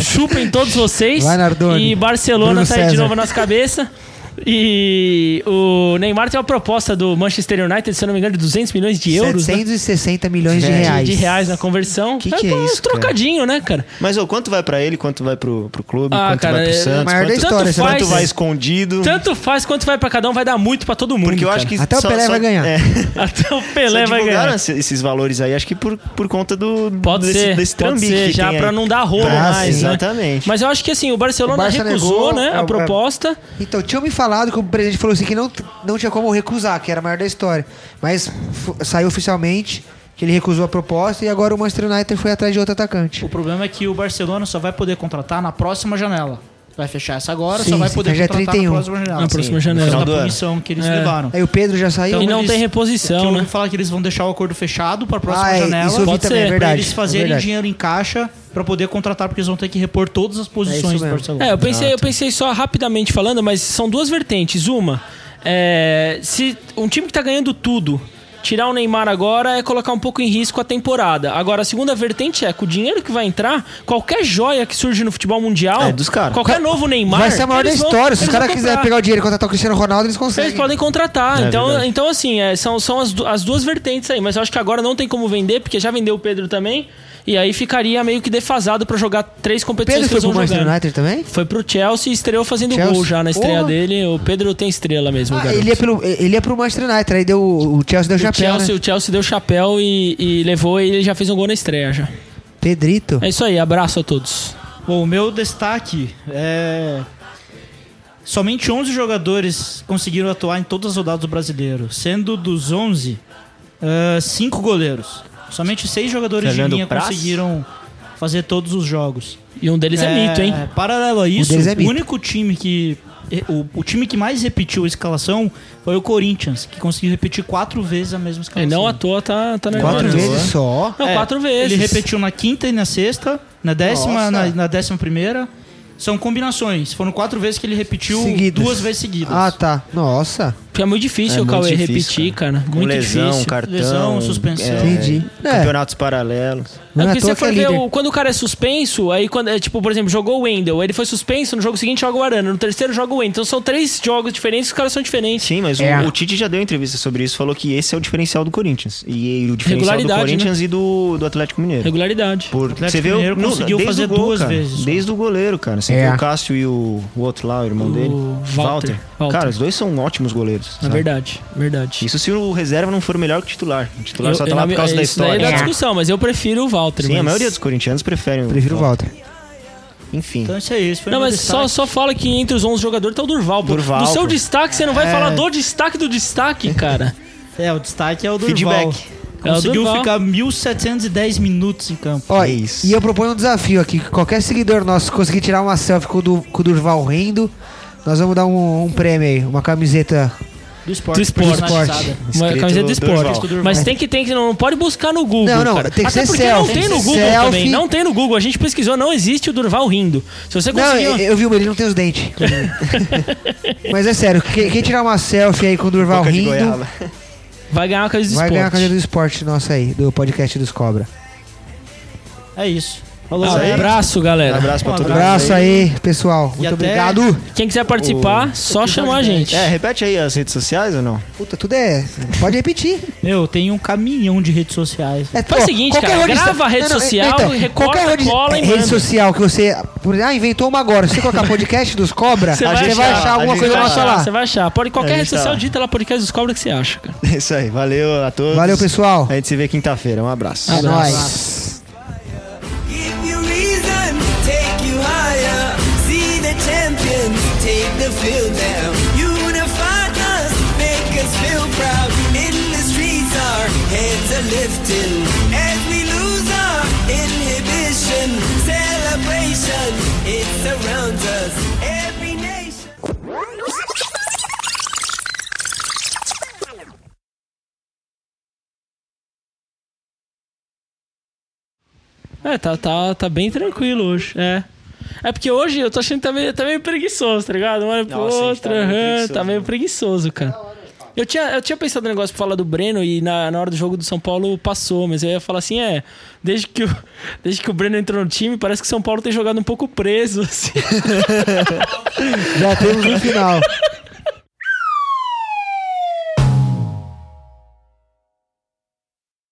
chupem todos vocês. Vai, Nardoni. E Barcelona Bruno tá aí de César. novo nas cabeças. E o Neymar tem uma proposta do Manchester United, se eu não me engano, de 200 milhões de euros. né? 760 milhões de É, de- reais. De reais né? na conversão. Que que é um isso, cara? trocadinho, né, cara? Mas ô, quanto vai pra ele, quanto vai pro, pro clube, Ah, quanto cara, vai é- pro Santos, maior da quanto, história, tanto você faz, quanto vai escondido. Tanto faz quanto vai pra cada um, vai dar muito pra todo mundo. Porque eu acho cara. que Até o Pelé vai ganhar. É, Até o só Pelé vai divulgaram ganhar. esse- esses valores aí, acho que por, por conta do Pode desse, ser, desse pode trambique ser, que já tem pra aí. não dar rolo Ah, mais, sim, né? Exatamente. Mas eu acho que assim, o Barcelona O Barça recusou, negou, né, é, a é. proposta. Então, tinham me falado que o presidente falou assim que não, não tinha como recusar, que era a maior da história. Mas f- saiu oficialmente que ele recusou a proposta e agora o Manchester United foi atrás de outro atacante. O problema é que o Barcelona só vai poder contratar na próxima janela. Vai fechar essa agora, só Sim, vai sim, poder fecha contratar 31. na próxima janela. Na próxima Sim, janela. por causa Final do da ano. punição que eles É. levaram. Aí o Pedro já saiu. e não eles- tem um que eu reposição, ouvi né? falar que eles vão deixar o acordo fechado para a próxima Ah, é, janela. isso eu vi Pode também, ser, é Pra verdade. eles fazerem é verdade. dinheiro em caixa para poder contratar, porque eles vão ter que repor todas as É posições isso do mesmo. Barcelona. É, eu pensei, eu pensei só rapidamente falando, mas são duas vertentes. Uma, é, se um time que tá ganhando tudo tirar o Neymar agora é colocar um pouco em risco a temporada. Agora, a segunda vertente é, com o dinheiro que vai entrar, qualquer joia que surge no futebol mundial, É, dos caras. qualquer novo Neymar, Vai ser a maior da eles vão- história. Se os eles caras vão quiserem comprar. pegar o dinheiro e contratar o Cristiano Ronaldo, eles Eles conseguem. podem contratar. É então, verdade. então, assim, é, são, são as, du- as duas vertentes aí. Mas eu acho que agora não tem como vender, porque já vendeu o Pedro também. E aí ficaria meio que defasado pra jogar três competições Pedro que foi eles pro vão Manchester jogar. United também? Foi pro Chelsea e estreou fazendo Chelsea. gol já na estreia Porra. dele. O Pedro tem estrela mesmo, Ah, garoto. ele, ia pelo, ele ia pro Manchester United, aí deu, o Chelsea deu O chapéu, Chelsea, né? o Chelsea deu chapéu e, e levou e ele já fez um gol na estreia já. Pedrito. É isso aí, abraço a todos. Bom, o meu destaque é Somente 11 jogadores conseguiram atuar em todas as rodadas do brasileiro, sendo dos 11, 5 goleiros. Somente 6 jogadores Fernando de linha Praz? conseguiram fazer todos os jogos. E um deles é, mito, hein? Paralelo a isso, deles é o mito. único time que. O, o time que mais repetiu a escalação foi o Corinthians, que conseguiu repetir quatro vezes a E mesma escalação. não à toa tá, tá na Quatro história. vezes só. Não, É, quatro vezes. Ele repetiu na quinta e na sexta, na décima, Nossa. na, na décima primeira. São combinações. Foram quatro vezes que ele repetiu Seguidas. duas vezes seguidas. Ah, tá. Nossa. É muito difícil É o muito Cauê difícil, repetir, cara. Com Muito lesão, difícil. cartão. Lesão, suspensão. é, Entendi. É, Campeonatos paralelos. É não é à porque toa você que é for ver, líder. o- quando o cara é suspenso, aí quando, é, tipo, por exemplo, jogou o Wendel, ele foi suspenso, no jogo seguinte joga o Arana, no terceiro joga o Wendel. Então são três jogos diferentes, os caras são diferentes. Sim, mas o- É. o, Tite já deu entrevista sobre isso, falou que esse é o diferencial do Corinthians. E, o diferencial do Regularidade, Corinthians e do, do Atlético Mineiro. Regularidade. É Por, Atlético você vê, o- Mineiro no- conseguiu desde fazer o gol, duas cara, vezes. Desde o goleiro, cara. Você É. vê o Cássio e o, o outro lá, o irmão O dele. Walter. Walter. Cara, os dois são ótimos goleiros. Na sabe? verdade, verdade. Isso se o reserva não for melhor que o titular. O titular só tá lá na- por causa da isso daí história. é da É. discussão, mas eu prefiro o Walter. Sim, mas- a maioria dos corintianos preferem o Prefiro o Walter. Enfim. Então isso é isso. Foi Não, meu mas destaque. só, só fala que entre os 11 jogadores tá o Durval. pô. Durval, Do seu pô. destaque, você não vai É. falar do destaque do destaque, cara. É, o destaque é o Durval. Feedback. É o Conseguiu Durval. ficar 1.710 minutos em campo. Ó, É isso. e eu proponho um desafio aqui. que Qualquer seguidor nosso conseguir tirar uma selfie com o, Du- com o Durval rindo, nós vamos dar um, um prêmio aí. Uma camiseta. Do esporte. Do esporte. personalizada. Uma Escrito camiseta do Durval. esporte. Mas tem que, tem que, não pode buscar no Google. Não, não, cara. tem que Até ser porque selfie. não tem no Google Selfie. também. Não tem no Google. A gente pesquisou, não existe o Durval rindo. Se você Não, é, conseguiu. eu, eu vi, mas ele não tem os dentes. mas é sério, quem, quem tirar uma selfie aí com o Durval Boca de rindo, goiaba. Vai ganhar uma camisa do é. vai esporte. ganhar a camisa do esporte nosso aí, do podcast dos Cobra. É isso. Falou, Isso aí. galera. Ah, Abraço, galera. Um abraço pra Um todo Um mundo. abraço aí, pessoal. Muito até- obrigado. Quem quiser participar, só chamar a gente. É, repete aí as redes sociais ou não? Puta, tudo é. Pode repetir. Meu, tem um caminhão de redes sociais. É, Faz o seguinte, cara, rede grava a rede social, recorta, cola e rede manda. social que você. por- Ah, inventou uma agora. Se você colocar podcast dos Cobra, você Você vai, vai achar, achar, a alguma gente coisa vai nossa achar, lá. Você vai achar. Pode qualquer A gente rede tá social, lá. digita lá podcast descobre o que você acha, cara. É isso aí. Valeu a todos. Valeu, pessoal. É A gente se vê quinta-feira. Um abraço. É Abraço. nóis. Give you reason to take you higher. See the champions take the field down. Unify us, make us feel proud. In the streets, our heads are lifting. As we lose our inhibition, celebration, it surrounds us. Every nation. É, tá, tá, tá bem tranquilo hoje. É. É porque hoje eu tô achando que tá meio, tá meio preguiçoso, tá ligado? Uma hora pro Nossa, a gente tá outra, meio aham, preguiçoso, tá meio né? preguiçoso, cara. Eu tinha, eu tinha pensado no negócio pra falar do Breno e na, na hora do jogo do São Paulo passou, mas eu ia falar assim: é, desde que, o, desde que o Breno entrou no time, parece que o São Paulo tem jogado um pouco preso, assim. Já temos no final.